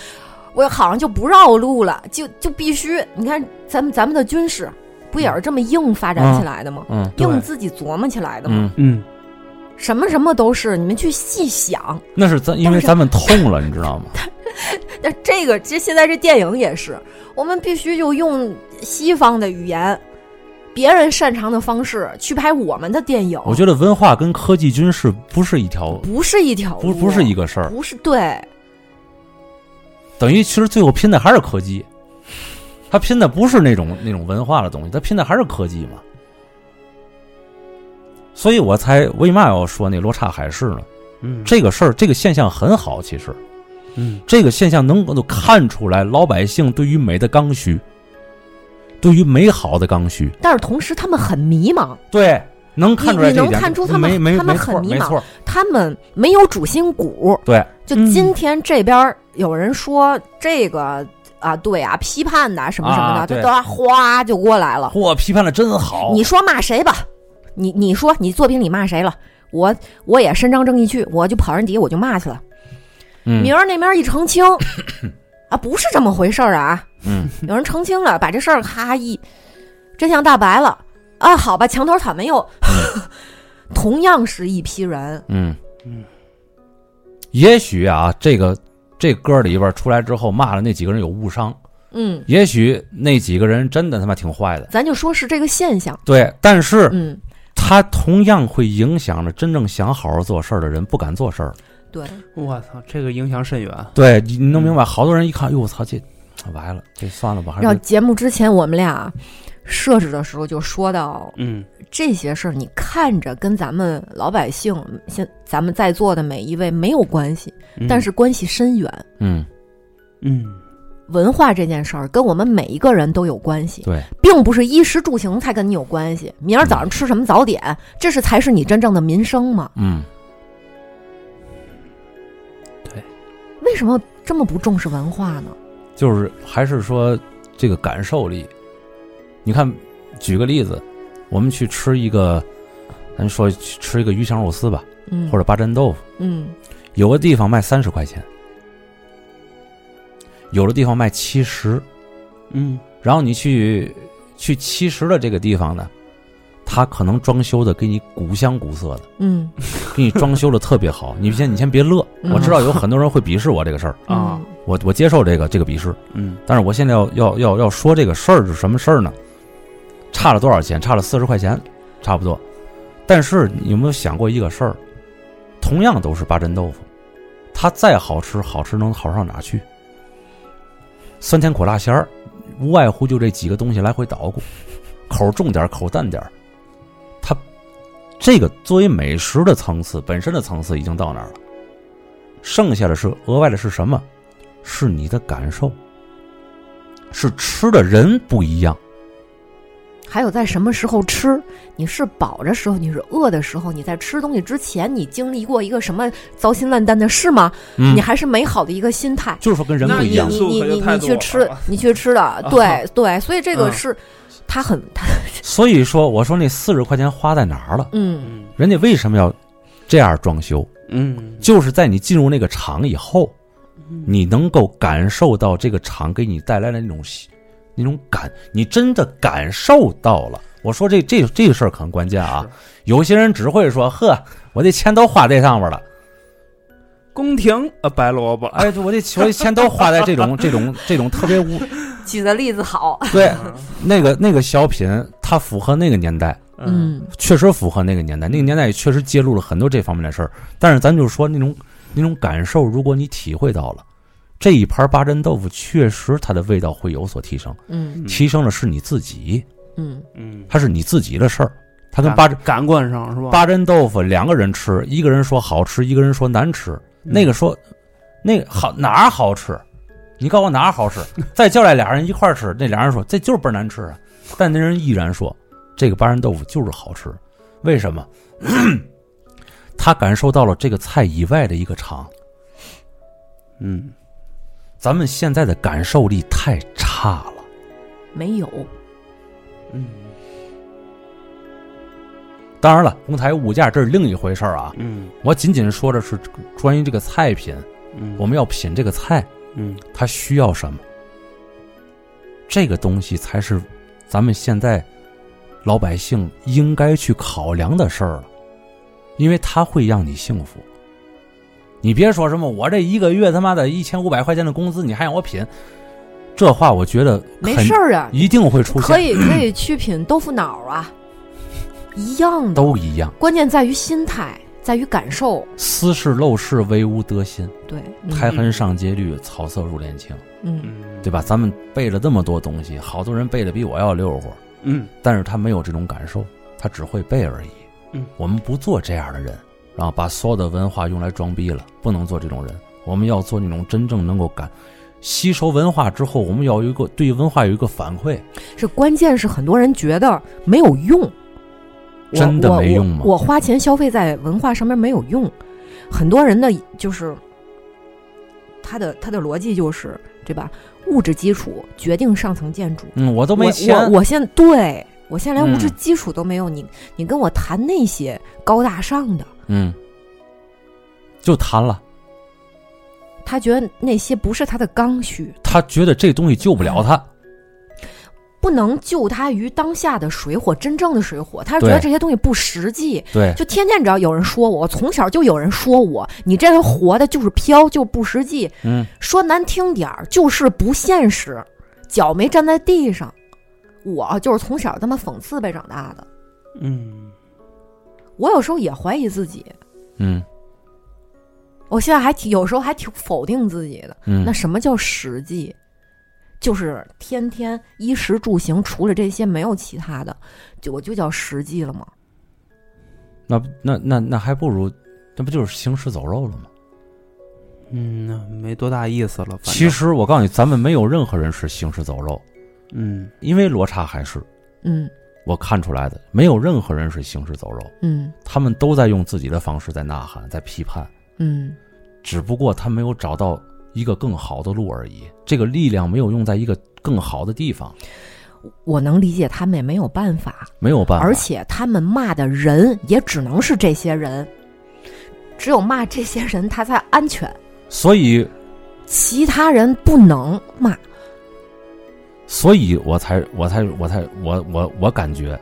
B: 我好像就不绕路了，就就必须。你看咱们咱们的军事，不也是这么硬发展起来的吗？
A: 嗯
C: 对
B: 硬自己琢磨起来的吗？
A: 嗯，
C: 嗯，
B: 什么什么都是，你们去细想。
A: 那是咱因为咱们痛了，你知道吗？
B: 但这个这现在这电影也是，我们必须就用西方的语言，别人擅长的方式去拍我们的电影。
A: 我觉得文化跟科技军事不是一条，
B: 不是一条
A: 不
B: 路，
A: 不是一个事儿，
B: 不是对，
A: 等于其实最后拼的还是科技，他拼的不是那种那种文化的东西，他拼的还是科技嘛。所以我才为嘛要说那罗刹海市呢？
C: 嗯，
A: 这个事儿，这个现象很好，其实
C: 嗯
A: 这个现象能够看出来老百姓对于美的刚需，对于美好的刚需，
B: 但是同时他们很迷茫，
A: 对，能看出来
B: 你
A: 这一
B: 你
A: 点。
B: 能看出他们
A: 没没
B: 他们
A: 没错
B: 很迷
A: 没
B: 茫
A: 错，
B: 他们没有主心骨。
A: 对，
B: 就
C: 嗯
B: 今天这边儿有人说这个、啊，对啊，批判的啊什么什么的，
A: 啊对
B: 他都哗就过来了。
A: 嚯，批判的真好。
B: 你说骂谁吧？你你说你作品里骂谁了？我我也伸张正义去，我就跑人底下我就骂去了。
A: 嗯
B: 明儿那边一澄 清，啊，不是这么回事儿啊。
A: 嗯，
B: 有人澄清了，把这事儿咔一真相大白了啊。好吧，墙头草没有， 同样是一批人，
A: 嗯
C: 嗯，
A: 也许啊，这个这歌里边出来之后骂的那几个人有误伤，
B: 嗯，
A: 也许那几个人真的他妈挺坏的，
B: 咱就说是这个现象，
A: 对，但是
B: 嗯，
A: 他同样会影响着真正想好好做事儿的人不敢做事儿。
B: 对，
C: 我操，这个影响甚远。
A: 对，你你能明白？好多人一看，哟，我操，这完了，这算了吧，还
B: 然后
A: 是
B: 节目之前我们俩设置的时候就说到
C: 嗯
B: 这些事儿，你看着跟咱们老百姓现咱们在座的每一位没有关系，
C: 嗯
B: 但是关系深远。
A: 嗯，
C: 嗯
B: 文化这件事儿跟我们每一个人都有关系，
A: 对，
B: 并不是衣食住行才跟你有关系。明儿早上吃什么早点，这是才是你真正的民生嘛？
A: 嗯，
B: 为什么这么不重视文化呢？
A: 就是还是说这个感受力。你看，举个例子，我们去吃一个，咱说去吃一个鱼香肉丝吧，
B: 嗯，
A: 或者八珍豆腐。
B: 嗯，
A: 有个地方卖三十块钱，有的地方卖七十，
C: 嗯
A: 然后你去去七十的这个地方呢，它可能装修的给你古香古色的，
B: 嗯
A: 给你装修的特别好。你先你先别乐，
B: 嗯
A: 我知道有很多人会鄙视我这个事儿，
C: 啊
B: 嗯
A: 我我接受这个这个鄙视，
C: 嗯
A: 但是我现在要要要要说这个事儿是什么事儿呢？差了多少钱？差了四十块钱，差不多。但是你有没有想过一个事儿？同样都是八珍豆腐，它再好吃，好吃能好上哪去？酸甜苦辣咸儿，无外乎就这几个东西来回捣鼓，口重点儿，口淡点儿。它这个作为美食的层次，本身的层次已经到那儿了，剩下的是额外的是什么？是你的感受。是吃的人不一样。
B: 还有在什么时候吃？你是饱的时候，你是饿的时候，你在吃东西之前，你经历过一个什么糟心烂蛋的事吗？
A: 嗯
B: 你还是美好的一个心态。
A: 就是说跟人不一样
C: 那。
B: 你你
C: 因素可
B: 你
C: 就
B: 你
C: 太多
B: 去
C: 了啊
B: 吃，你去吃 的，对对，所以这个
C: 嗯
B: 是，他很他
A: 所以说，我说那四十块钱花在哪儿了？
B: 嗯
C: 嗯
A: 人家为什么要这样装修？
C: 嗯
A: 就是在你进入那个厂以后，你能够感受到这个厂给你带来的那种喜那种感，你真的感受到了。我说这这这个事儿很关键啊！有些人只会说：“呵，我这钱都花这上面了。
C: 宫廷啊，白萝卜”
A: 哎，我这我这钱都花在这种这种这种特别无
B: 举的例子好，
A: 对那个那个小品，它符合那个年代。
B: 嗯
A: 确实符合那个年代，那个年代也确实揭露了很多这方面的事儿。但是咱就说那种那种感受，如果你体会到了，这一盘八珍豆腐确实它的味道会有所提升，
B: 嗯
C: 嗯
A: 提升的是你自己，
B: 嗯
C: 嗯，
A: 它是你自己的事儿。它跟八珍
C: 感官上是吧？
A: 八珍豆腐两个人吃，一个人说好吃，一个人说难吃，那
C: 嗯
A: 个说那个好哪儿好吃，你告诉我哪儿好吃，再叫来俩人一块儿吃，那俩人说这就是倍儿难吃啊，但那人依然说这个八珍豆腐就是好吃，为什么？ 他感受到了这个菜以外的一个尝，
C: 嗯
A: 咱们现在的感受力太差了。
B: 没有，
C: 嗯
A: 当然了，公台物价这是另一回事儿啊，
C: 嗯
A: 我仅仅说的是关于这个菜品，
C: 嗯，
A: 我们要品这个菜，
C: 嗯
A: 它需要什么，这个东西才是咱们现在老百姓应该去考量的事儿了，因为它会让你幸福。你别说什么我这一个月他妈的一千五百块钱的工资，你还让我品，这话我觉得
B: 没
A: 肯
B: 事儿啊，
A: 一定会出
B: 可
A: 现，
B: 以可以去品豆腐脑啊，一样的。
A: 都一样。
B: 关键在于心态，在于感受。
A: 斯是陋室，惟吾德馨。
B: 对，
A: 苔
B: 嗯
A: 痕上阶绿，草色入帘青，
B: 嗯，
C: 嗯，
A: 对吧？咱们背了这么多东西，好多人背的比我要溜乎，
C: 嗯，
A: 但是他没有这种感受，他只会背而已。
C: 嗯，
A: 我们不做这样的人，然后把所有的文化用来装逼了，不能做这种人。我们要做那种真正能够感吸收文化之后，我们要有一个对文化有一个反馈。
B: 是关键是很多人觉得没有用，我
A: 真的
B: 我
A: 没用吗
B: 我我花钱消费在文化上面没有用，很多人的就是他的他的逻辑就是对吧？物质基础决定上层建筑。
A: 嗯，我都
B: 我
A: 没钱，
B: 我我现对我现在连物质
A: 嗯
B: 基础都没有，你你跟我谈那些高大上的，
A: 嗯，就谈了。
B: 他觉得那些不是他的刚需，
A: 他觉得这东西救不了他，
B: 不能救他于当下的水火，真正的水火。他是觉
A: 对
B: 得这些东西不实际，
A: 对，
B: 就天天只要有人说我，从小就有人说我，你这人活的就是飘，就不实际。
A: 嗯，
B: 说难听点儿，就是不现实，脚没站在地上。我就是从小他妈讽刺被长大的，
C: 嗯，
B: 我有时候也怀疑自己，
A: 嗯
B: 我现在还挺有时候还挺否定自己的。
A: 嗯，
B: 那什么叫实际？就是天天衣食住行，除了这些没有其他的，就我就叫实际了吗？
A: 那那那那还不如，那不就是行尸走肉了吗？
C: 嗯，那没多大意思了。反正
A: 其，实我告诉你，咱们没有任何人是行尸走肉，
C: 嗯
A: 因为罗刹海市
B: 嗯
A: 我看出来的，没有任何人是行尸走肉，
B: 嗯
A: 他们都在用自己的方式在呐喊，在批判，
B: 嗯
A: 只不过他没有找到一个更好的路而已。这个力量没有用在一个更好的地方，
B: 我能理解他们也没有办法，
A: 没有办法。
B: 而且他们骂的人也只能是这些人，只有骂这些人他才安全，
A: 所以
B: 其他人不能骂。
A: 所以我才我才我才我我我感觉，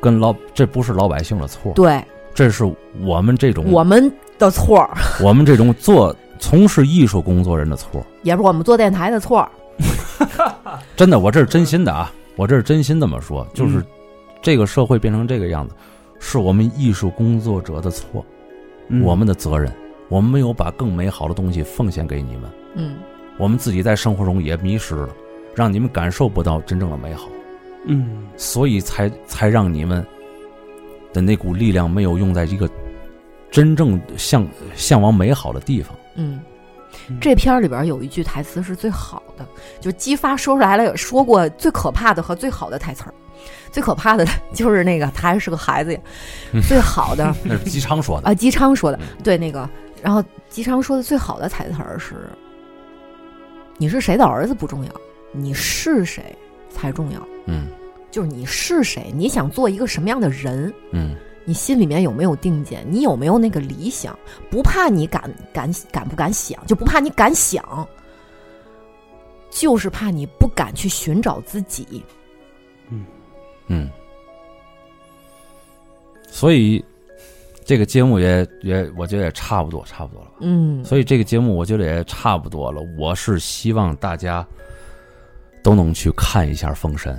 A: 跟老这不是老百姓的错，
B: 对
A: 这是我们这种
B: 我们的错儿，
A: 我们这种做从事艺术工作人的错。
B: 也不是我们做电台的错儿。
A: 真的，我这是真心的啊，我这是真心这么说，就是
C: 嗯
A: 这个社会变成这个样子，是我们艺术工作者的错，
C: 嗯
A: 我们的责任，我们没有把更美好的东西奉献给你们，
B: 嗯，
A: 我们自己在生活中也迷失了，让你们感受不到真正的美好，
C: 嗯
A: 所以才才让你们的那股力量没有用在一个真正向向往美好的地方。
B: 嗯，这片儿里边儿有一句台词是最好的，就姬发说出来了，说过最可怕的和最好的台词儿。最可怕的就是那个他还是个孩子呀，最好的
A: 那是姬昌说的，
B: 啊，姬昌说的对那个，然后姬昌说的最好的台词儿是：“你是谁的儿子不重要，你是谁才重要。
A: 嗯
B: 就是你是谁，你想做一个什么样的人，
A: 嗯
B: 你心里面有没有定见？你有没有那个理想？不怕你敢敢敢不敢想，就不怕你敢想，就是怕你不敢去寻找自己。
A: 嗯，所以这个节目也也，我觉得也差不多，差不多了吧。
B: 嗯，
A: 所以这个节目我觉得也差不多了。我是希望大家都能去看一下《封神》，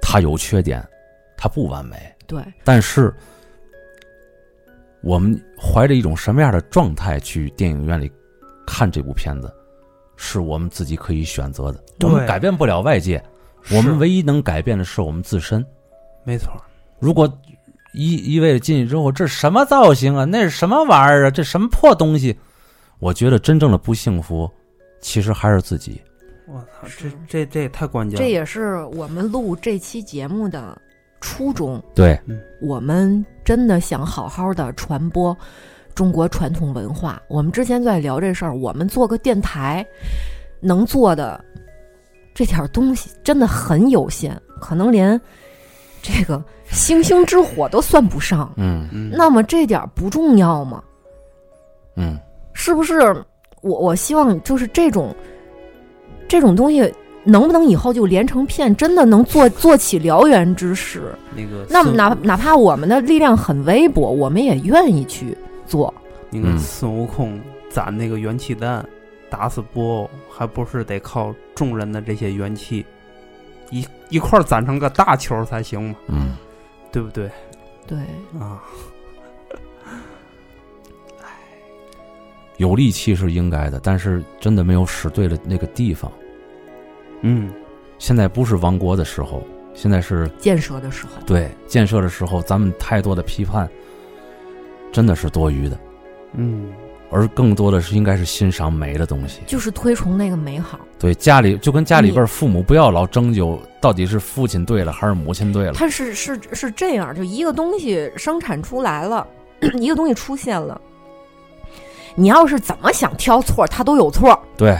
A: 它有缺点，它不完美，
B: 对，
A: 但是我们怀着一种什么样的状态去电影院里看这部片子，是我们自己可以选择的。我们
C: 对
A: 改变不了外界，我
C: 是
A: 们唯一能改变的是我们自身。
C: 没错儿，
A: 如果一一味的进去之后，这什么造型啊？那是什么玩意儿啊？这什么破东西？我觉得真正的不幸福，其实还是自己。
C: 我操，
B: 是
C: 这这这也太关键
B: 这
C: 了。
B: 也是我们录这期节目的初衷。
A: 对，
B: 我们真的想好好的传播中国传统文化。我们之前在聊这事儿，我们做个电台能做的这点儿东西真的很有限，可能连这个星星之火都算不上。
A: 嗯
C: 嗯，
B: 那么这点儿不重要吗？
A: 嗯，
B: 是不是我我希望就是这种这种东西，能不能以后就连成片，真的能做做起燎原之势？
C: 那个
B: 那
C: 孙
B: 哪哪怕我们的力量很微薄，我们也愿意去做。
C: 那个
A: 嗯
C: 孙悟空攒那个元气弹，打死波欧，还不是得靠众人的这些元气一一块儿攒成个大球才行嘛，
A: 嗯，
C: 对不对
B: 对，
C: 啊？
A: 有力气是应该的，但是真的没有使对了那个地方。
C: 嗯，
A: 现在不是亡国的时候，现在是
B: 建设的时候，
A: 对建设的时候，咱们太多的批判真的是多余的，
C: 嗯，
A: 而更多的是应该是欣赏美的东西。
B: 就是推崇那个美好。
A: 对家里就跟家里
B: 你
A: 边儿父母不要老争究到底是父亲对了还是母亲对了。
B: 它是是是这样，就一个东西生产出来了， 一个东西出现了，你要是怎么想挑错儿，它都有错儿。
A: 对，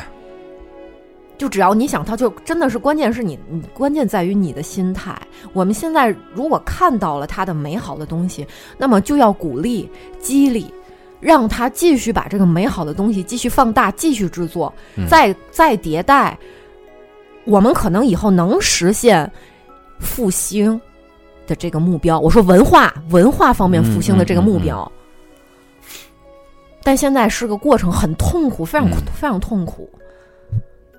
B: 就只要你想挑，就真的是关键是你，你关键在于你的心态。我们现在如果看到了它的美好的东西，那么就要鼓励、激励，让它继续把这个美好的东西继续放大、继续制作，
A: 嗯
B: 再再迭代。我们可能以后能实现复兴的这个目标。我说文化文化方面复
A: 嗯
B: 兴的这个目标，但现在是个过程，很痛苦，非常、
A: 嗯
B: 非常痛苦。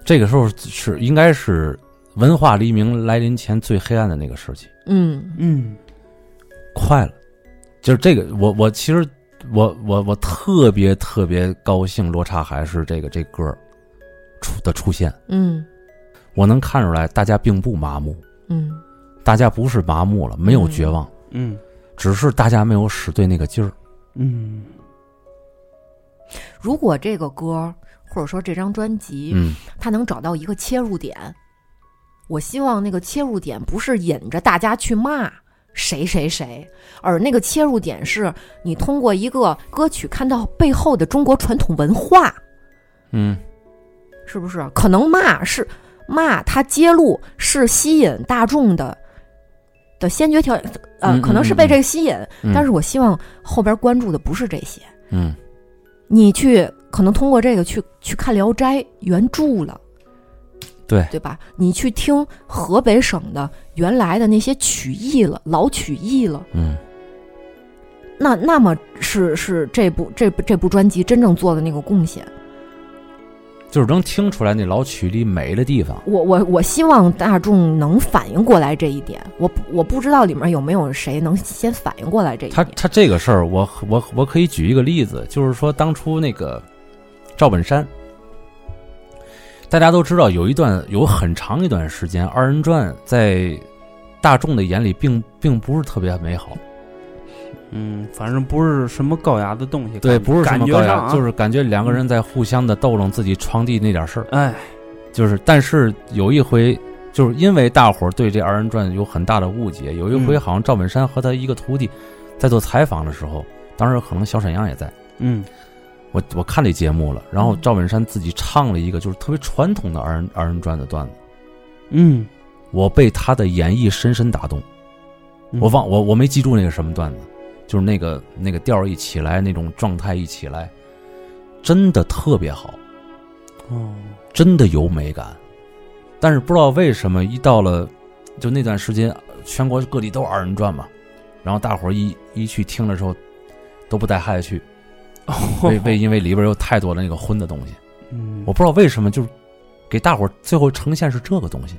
A: 这个时候是应该是文化黎明来临前最黑暗的那个时期，
B: 嗯
C: 嗯，
A: 快了。就是这个，我我其实我我我特别特别高兴，罗刹海是这个这歌儿出的出现，
B: 嗯
A: 我能看出来大家并不麻木，
B: 嗯
A: 大家不是麻木了，没有绝望，
C: 嗯，
A: 只是大家没有使对那个劲儿。
C: 嗯，，
B: 如果这个歌儿或者说这张专辑，
A: 嗯
B: 它能找到一个切入点，我希望那个切入点不是引着大家去骂谁谁谁，而那个切入点是你通过一个歌曲看到背后的中国传统文化，
A: 嗯，
B: 是不是？可能骂是骂，它揭露是吸引大众的的先决条，呃，
A: 嗯嗯
B: 可能是
A: 嗯
B: 被
A: 嗯
B: 这个吸引，
A: 嗯
B: 但是我希望后边关注的不是这些。
A: 嗯
B: 你去可能通过这个去去看《聊斋》原著了，
A: 对
B: 对吧？你去听河北省的原来的那些曲艺了，老曲艺了，
A: 嗯
B: 那那么是是这部这部这部专辑真正做的那个贡献。
A: 就是能听出来那老曲里美的地方。
B: 我我我希望大众能反应过来这一点。我不我不知道里面有没有谁能先反应过来这一
A: 他
B: 点。
A: 他这个事儿，我我我可以举一个例子，就是说当初那个赵本山，大家都知道有一段有很长一段时间，二人转在大众的眼里并并不是特别美好，
C: 嗯，反正不是什么高雅的东西，
A: 对，
C: 感
A: 不是什
C: 感
A: 么
C: 觉
A: 高
C: 上
A: 雅，
C: 啊
A: 就是感觉两个人在互相的逗弄自己床地那点事儿，
C: 哎，
A: 就是但是有一回。就是因为大伙儿对这二人转有很大的误解，有一回
C: 嗯
A: 好像赵本山和他一个徒弟在做采访的时候，当时可能小沈阳也在，
C: 嗯
A: 我我看这节目了，然后
B: 嗯
A: 赵本山自己唱了一个就是特别传统的二人二人转的段子，
C: 嗯，
A: 我被他的演绎深深打动。
C: 嗯
A: 我忘我我没记住那个什么段子，就是那个那个调儿一起来，那种状态一起来，真的特别好，
C: 哦，
A: 真的有美感。但是不知道为什么，一到了就那段时间，全国各地都二人转嘛，然后大伙儿一一去听的时候，都不带嗨去，为为因为里边有太多的那个荤的东西。
C: 嗯，
A: 我不知道为什么，就是给大伙儿最后呈现是这个东西。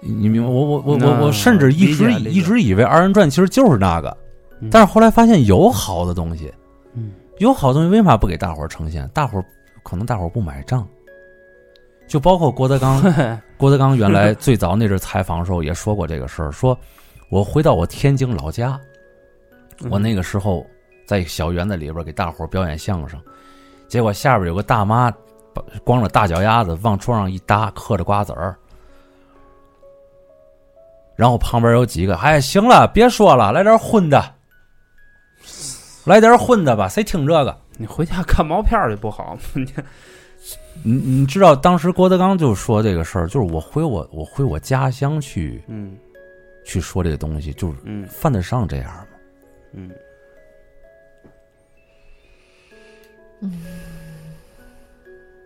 A: 你明白？我我我我
C: 那
A: 我甚至一直
C: 理解
A: 以
C: 理解
A: 一直以为二人转其实就是那个，
C: 嗯
A: 但是后来发现有好的东西，
C: 嗯
A: 有好东西为嘛不给大伙儿呈现？大伙儿可能大伙儿不买账，就包括郭德 纲，郭德纲原来最早那阵儿采访的时候也说过这个事儿，说我回到我天津老家，
C: 嗯
A: 我那个时候在小园子里边儿给大伙儿表演相声，结果下边有个大妈把光着大脚丫子往桌上一搭，嗑着瓜子儿。然后旁边有几个，哎，行了，别说了，来点荤的，来点荤的吧，谁听这个？
C: 你回家看毛片儿去不好吗？你
A: 你你知道当时郭德纲就说这个事儿，就是我回我我回我家乡去
C: 嗯
A: 去说这个东西，就是
C: 嗯
A: 犯得上这样吗？
C: 嗯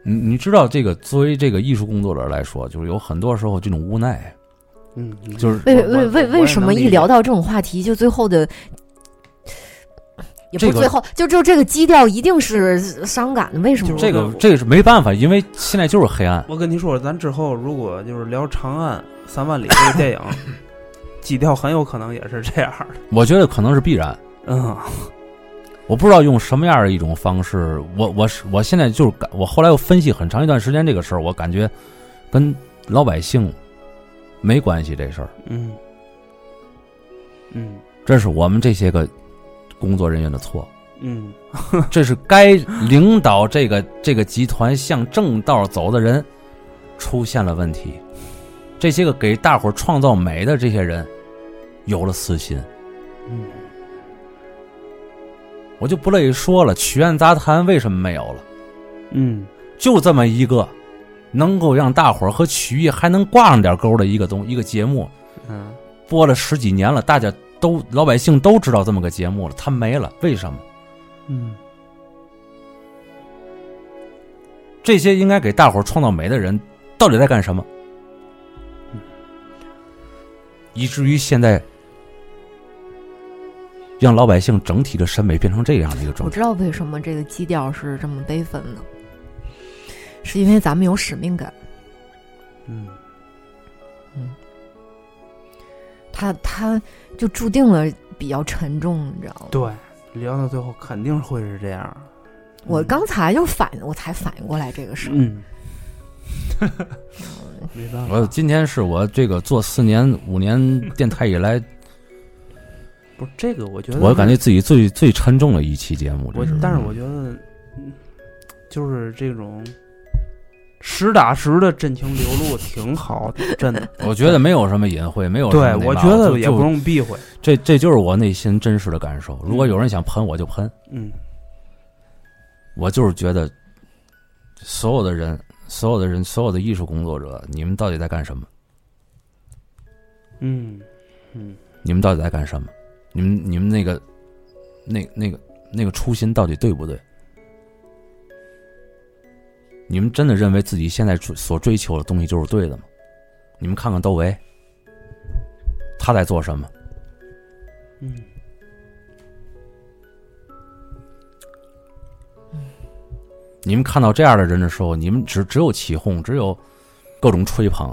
A: 你你知道，这个作为这个艺术工作者来说，就是有很多时候这种无奈，啊
C: 嗯，
A: 就是
B: 为
C: 我
B: 为
C: 我
B: 为
C: 我也
B: 为什么
C: 能理
B: 一
C: 解
B: 聊到这种话题，就最后的，也不
A: 这
B: 是
A: 个
B: 最后，就就这个基调一定是伤感的。为什么？
C: 就是
A: 这
C: 我
A: 个这个是没办法，因为现在就是黑暗。
C: 我跟你说，咱之后如果就是聊《长安三万里》这个电影， 基调很有可能也是这样的。
A: 我觉得可能是必然，
C: 嗯，
A: 我不知道用什么样的一种方式。我我是我现在就是感，我后来又分析很长一段时间这个事儿，我感觉跟老百姓没关系这事儿，
C: 嗯，嗯，
A: 这是我们这些个工作人员的 错，
C: 嗯，
A: 这是该领导这个这个集团向正道走的人出现了问题，这些个给大伙儿创造美的这些人有了私心。
C: 嗯，
A: 我就不乐意说了，曲苑杂谈为什么没有了？
C: 嗯，
A: 就这么一个能够让大伙儿和曲艺还能挂上点钩的一个东一个节目，
C: 嗯，
A: 播了十几年了，大家都老百姓都知道这么个节目了，它没了，为什么？
C: 嗯，
A: 这些应该给大伙儿创造美的人，到底在干什么
C: 嗯？
A: 以至于现在让老百姓整体的审美变成这样的一个状
B: 我
A: 态。
B: 知道为什么这个基调是这么悲愤的，是因为咱们有使命感。
C: 嗯，
B: 它它就注定了比较沉重，你知道吗？
C: 对，聊到最后肯定会是这样。
B: 我刚才就反，我才反应过来这个事儿。
C: 嗯，没办
A: 我
C: 法，
A: 今天是我这个做四年五年电台以来，
C: 不是这个，我觉得
A: 我感觉自己最最沉重的一期节目。这
C: 我
A: 是，
C: 但是我觉得，嗯就是这种实打实的真情流露挺好的，真的。
A: 我觉得没有什么隐晦，没有什么
C: 对，
A: 哦那
C: 我
A: 嘛
C: 觉得
A: 就
C: 也
A: 就
C: 不用避讳。
A: 这这就是我内心真实的感受。如果有人想喷，我就喷。
C: 嗯
A: 我就是觉得，所有的人，所有的人，所有的艺术工作者，你们到底在干什么？
C: 嗯嗯
A: 你们到底在干什么？你们你们那个，那那个那个初心到底对不对？你们真的认为自己现在追所追求的东西就是对的吗？你们看看窦唯，他在做什么？
C: 嗯
A: 你们看到这样的人的时候，你们只只有起哄，只有各种吹捧，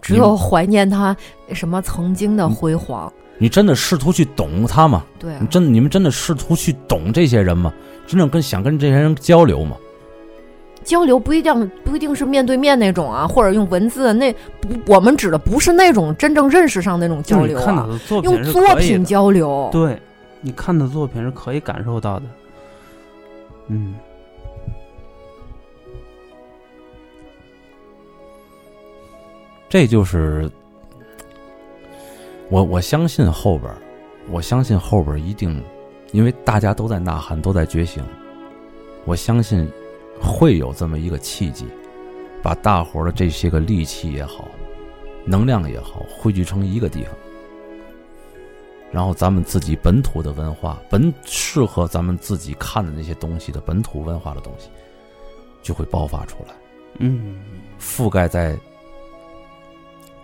B: 只有怀念他什么曾经
C: 嗯
B: 的辉煌。
A: 你真的试图去懂他吗？
B: 对啊
A: 你，真的你们真的试图去懂这些人吗？真正跟想跟这些人交流吗？
B: 交流不一定不一定是面对面那种啊，或者用文字那不，我们指的不是那种真正认识上那种交
C: 就是
B: 流
C: 你看他
B: 啊，
C: 的作品
B: 用
C: 是
B: 作
C: 可以
B: 品
C: 的，
B: 交流。
C: 对，你看的作品是可以感受到的。嗯
A: 这就是我我相信后边儿，我相信后边儿一定，因为大家都在呐喊，都在觉醒，我相信会有这么一个契机，把大伙儿的这些个戾气也好，能量也好，汇聚成一个地方。然后咱们自己本土的文化，本适合咱们自己看的那些东西的本土文化的东西，就会爆发出来。
C: 嗯，
A: 覆盖在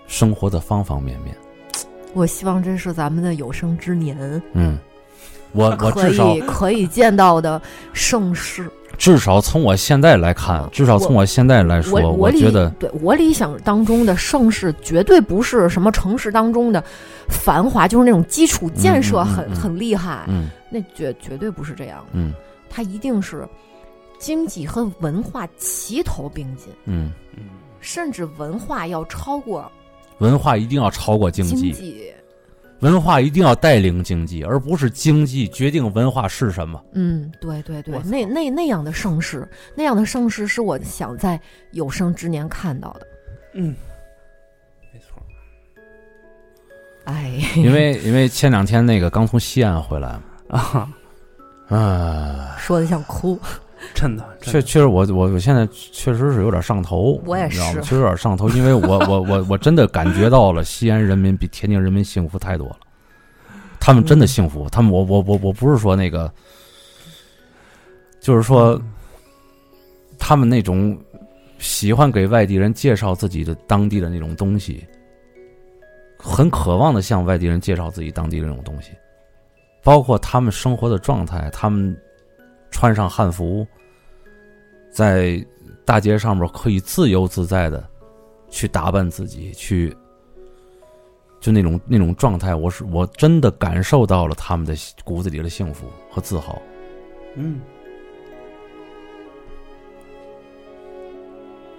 A: 生活的方方面面。
B: 我希望这是咱们的有生之年，
A: 嗯，我我
B: 可
A: 至少
B: 以可以见到的盛世。
A: 至少从我现在来看
B: 啊，
A: 至少从我现在来说，
B: 我
A: 我
B: 理
A: 觉得
B: 对我理想当中的盛世，绝对不是什么城市当中的繁华，就是那种基础建设
A: 嗯嗯嗯
B: 很、
A: 嗯
B: 很厉害，
A: 嗯
B: 那绝绝对不是这样的。
A: 嗯
B: 它一定是经济和文化齐头并进，
A: 嗯，
C: 嗯
B: 甚至文化要超过
A: 文化一定要超过经
B: 经
A: 济，文化一定要带领经济，而不是经济决定文化是什 么。
B: 嗯，对对对
C: 我，操
B: 那那那样的盛世，那样的盛世是我想在有生之年看到的。
C: 嗯，没错。
B: 哎，
A: 因为因为前两天那个刚从西安回来
C: 啊，
A: 嘛，啊，
B: 说的想哭。
C: 真的，真
A: 确
C: 的
A: 确实我我我现在确实是有点上头，
B: 我也
A: 你知道吗
B: 是
A: 确实有点上头，因为我我我我真的感觉到了西安人民比天津人民幸福太多了，他们
B: 嗯
A: 真的幸福，他们我我我我不是说那个，就是说
C: 嗯
A: 他们那种喜欢给外地人介绍自己的当地的那种东西，很渴望的向外地人介绍自己当地的那种东西，包括他们生活的状态，他们穿上汉服，在大街上面可以自由自在的去打扮自己，去就那种那种状态，我是我真的感受到了他们的骨子里的幸福和自豪。
C: 嗯，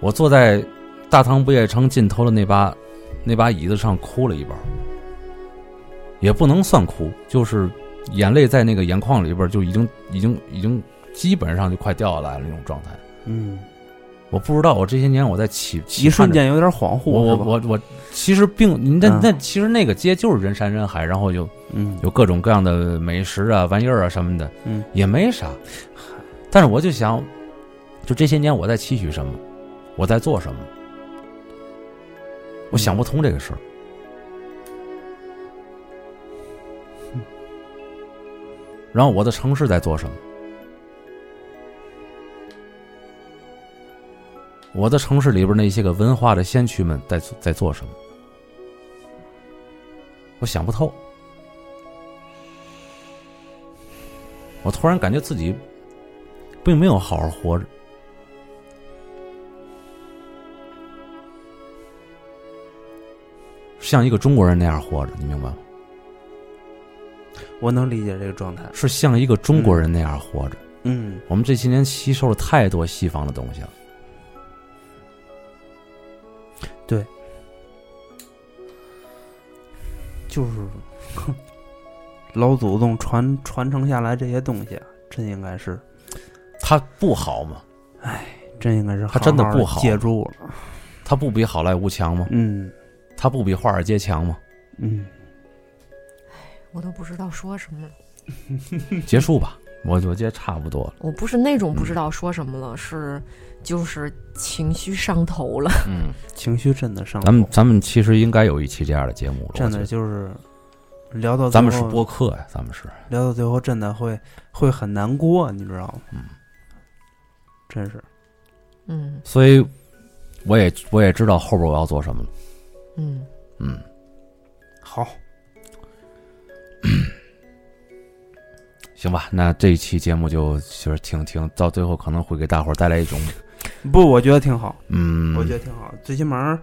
A: 我坐在大唐不夜城尽头的那把那把椅子上哭了一包，也不能算哭，就是眼泪在那个眼眶里边就已经已经已经基本上就快掉下来了那种状态。
C: 嗯，
A: 我不知道我这些年我在期期
C: 一瞬
A: 盼着，
C: 间有点恍惚，
A: 我我
C: 是吧，
A: 我我其实并那
C: 嗯
A: 那其实那个街就是人山人海，然后有
C: 嗯，
A: 有各种各样的美食啊、玩意儿啊什么的，
C: 嗯，
A: 也没啥。但是我就想，就这些年我在期许什么，我在做什么，我想不通这个事儿。然后我的城市在做什么？我的城市里边那些个文化的先驱们在在做什么？我想不透。我突然感觉自己并没有好好活着。像一个中国人那样活着，你明白吗？
C: 我能理解这个状态。
A: 是像一个中国人那样活着。
C: 嗯
A: 我们这些年吸收了太多西方的东西了。
C: 对，就是 哼老祖宗传传承下来这些东西啊，真应该是，
A: 它不好吗？
C: 真应该是好
A: 它真的不好
C: 好地借助了。
A: 它不比好莱坞强吗？
C: 嗯
A: 它不比华尔街强吗？
C: 嗯，
B: 我都不知道说什么了。
A: 结束吧，我我觉得差不多了。
B: 我不是那种不知道说什么
A: 嗯
B: 了，是就是情绪上头了。
A: 嗯，
C: 情绪真的上头，
A: 咱们咱们其实应该有一期这样的节目了。
C: 真
A: 我
C: 的
A: 觉
C: 就是聊到
A: 得，咱们
C: 最
A: 是
C: 后
A: 播客呀，咱们是。
C: 聊到最后，真的会会很难过，你知道吗？嗯，真是，
B: 嗯
A: 所以我也我也知道后边我要做什么了。
B: 嗯，
A: 嗯，
C: 好，
A: 行吧，那这一期节目就就是挺挺到最后可能会给大伙儿带来一种
C: 不，我觉得挺好，
A: 嗯，
C: 我觉得挺好，最起码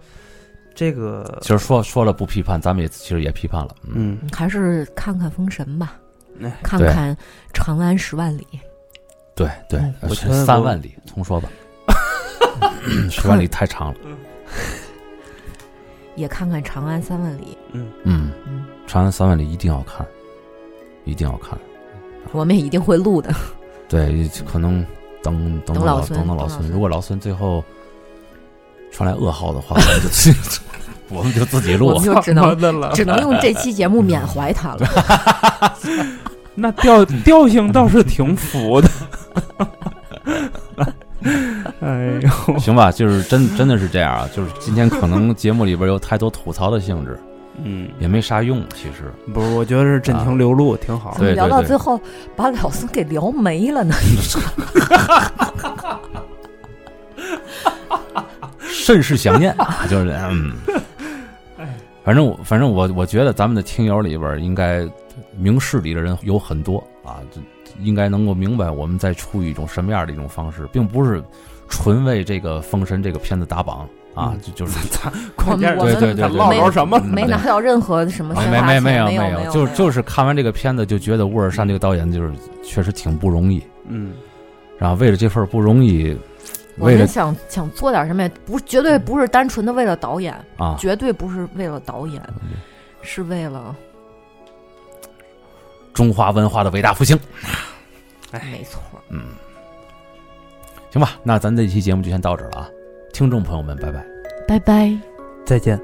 C: 这个
A: 其，实说说了不批判，咱们也其实也批判了。嗯，
C: 嗯，
B: 还是看看《封神》吧，
C: 哎
B: 看
A: 对
B: 看《长安十万里》。
A: 对对
B: 嗯，
A: 呃
C: 我
A: 是
C: 觉得
A: 三
C: 我
A: 万里，重说吧，十万里太长了。
B: 也看看《长安三万里
C: 嗯，
A: 嗯，》。
B: 嗯，
A: 长安三万里一定要看，一定要看。
B: 我们也一定会录的。
A: 对，可能等等
B: 等
A: 老
B: 老孙
A: 等到
B: 等老
A: 孙，
B: 孙
A: 如果老孙最后传来噩耗的话，我们就自己 我们就自己录啊
B: 我。们就只能
C: 的了
B: 只能用这期节目缅怀他了。
C: 那调调性倒是挺 符的。哎 呦，
A: 行吧，就是真真的是这样啊，就是今天可能节目里边有太多吐槽的性质，
C: 嗯，
A: 也没啥用。其实，
C: 不是，我觉得是真情流露，挺好
B: 怎。么
A: 对
B: 聊
A: 对
B: 到
A: 对
B: 最后把老孙给聊没了呢？
A: 甚是想念，啊就是嗯，反正我反正我我觉得咱们的听友里边儿应该明事理的人有很多啊，这应该能够明白我们在处于一种什么样的一种方式，并不是纯为这个《封神》这个片子打榜啊
C: 嗯，
A: 就就是。
C: 咱
B: 我
C: 关键
B: 们
C: 是
B: 我
A: 对
B: 们
A: 对对对
C: 唠着什么
A: 嗯
B: 没拿到任何什么
A: 没
B: 宣
A: 没
B: 发
A: 没
B: 钱，
A: 没
B: 有
A: 没
B: 有，
A: 就是就是看完这个片子就觉得乌尔善这个导演就是确实挺不容易，
C: 嗯，
A: 然后为了这份不容易，
B: 我
A: 为了
B: 们想想做点什么，也不绝对不是单纯的为了导演，
A: 啊，
B: 绝对不是为了导演，是为了
A: 中华文化的伟大复兴。
C: 哎
B: 没错儿。
A: 嗯，行吧，那咱这期节目就先到这儿了啊，听众朋友们，拜拜。
B: 拜拜。
C: 再见。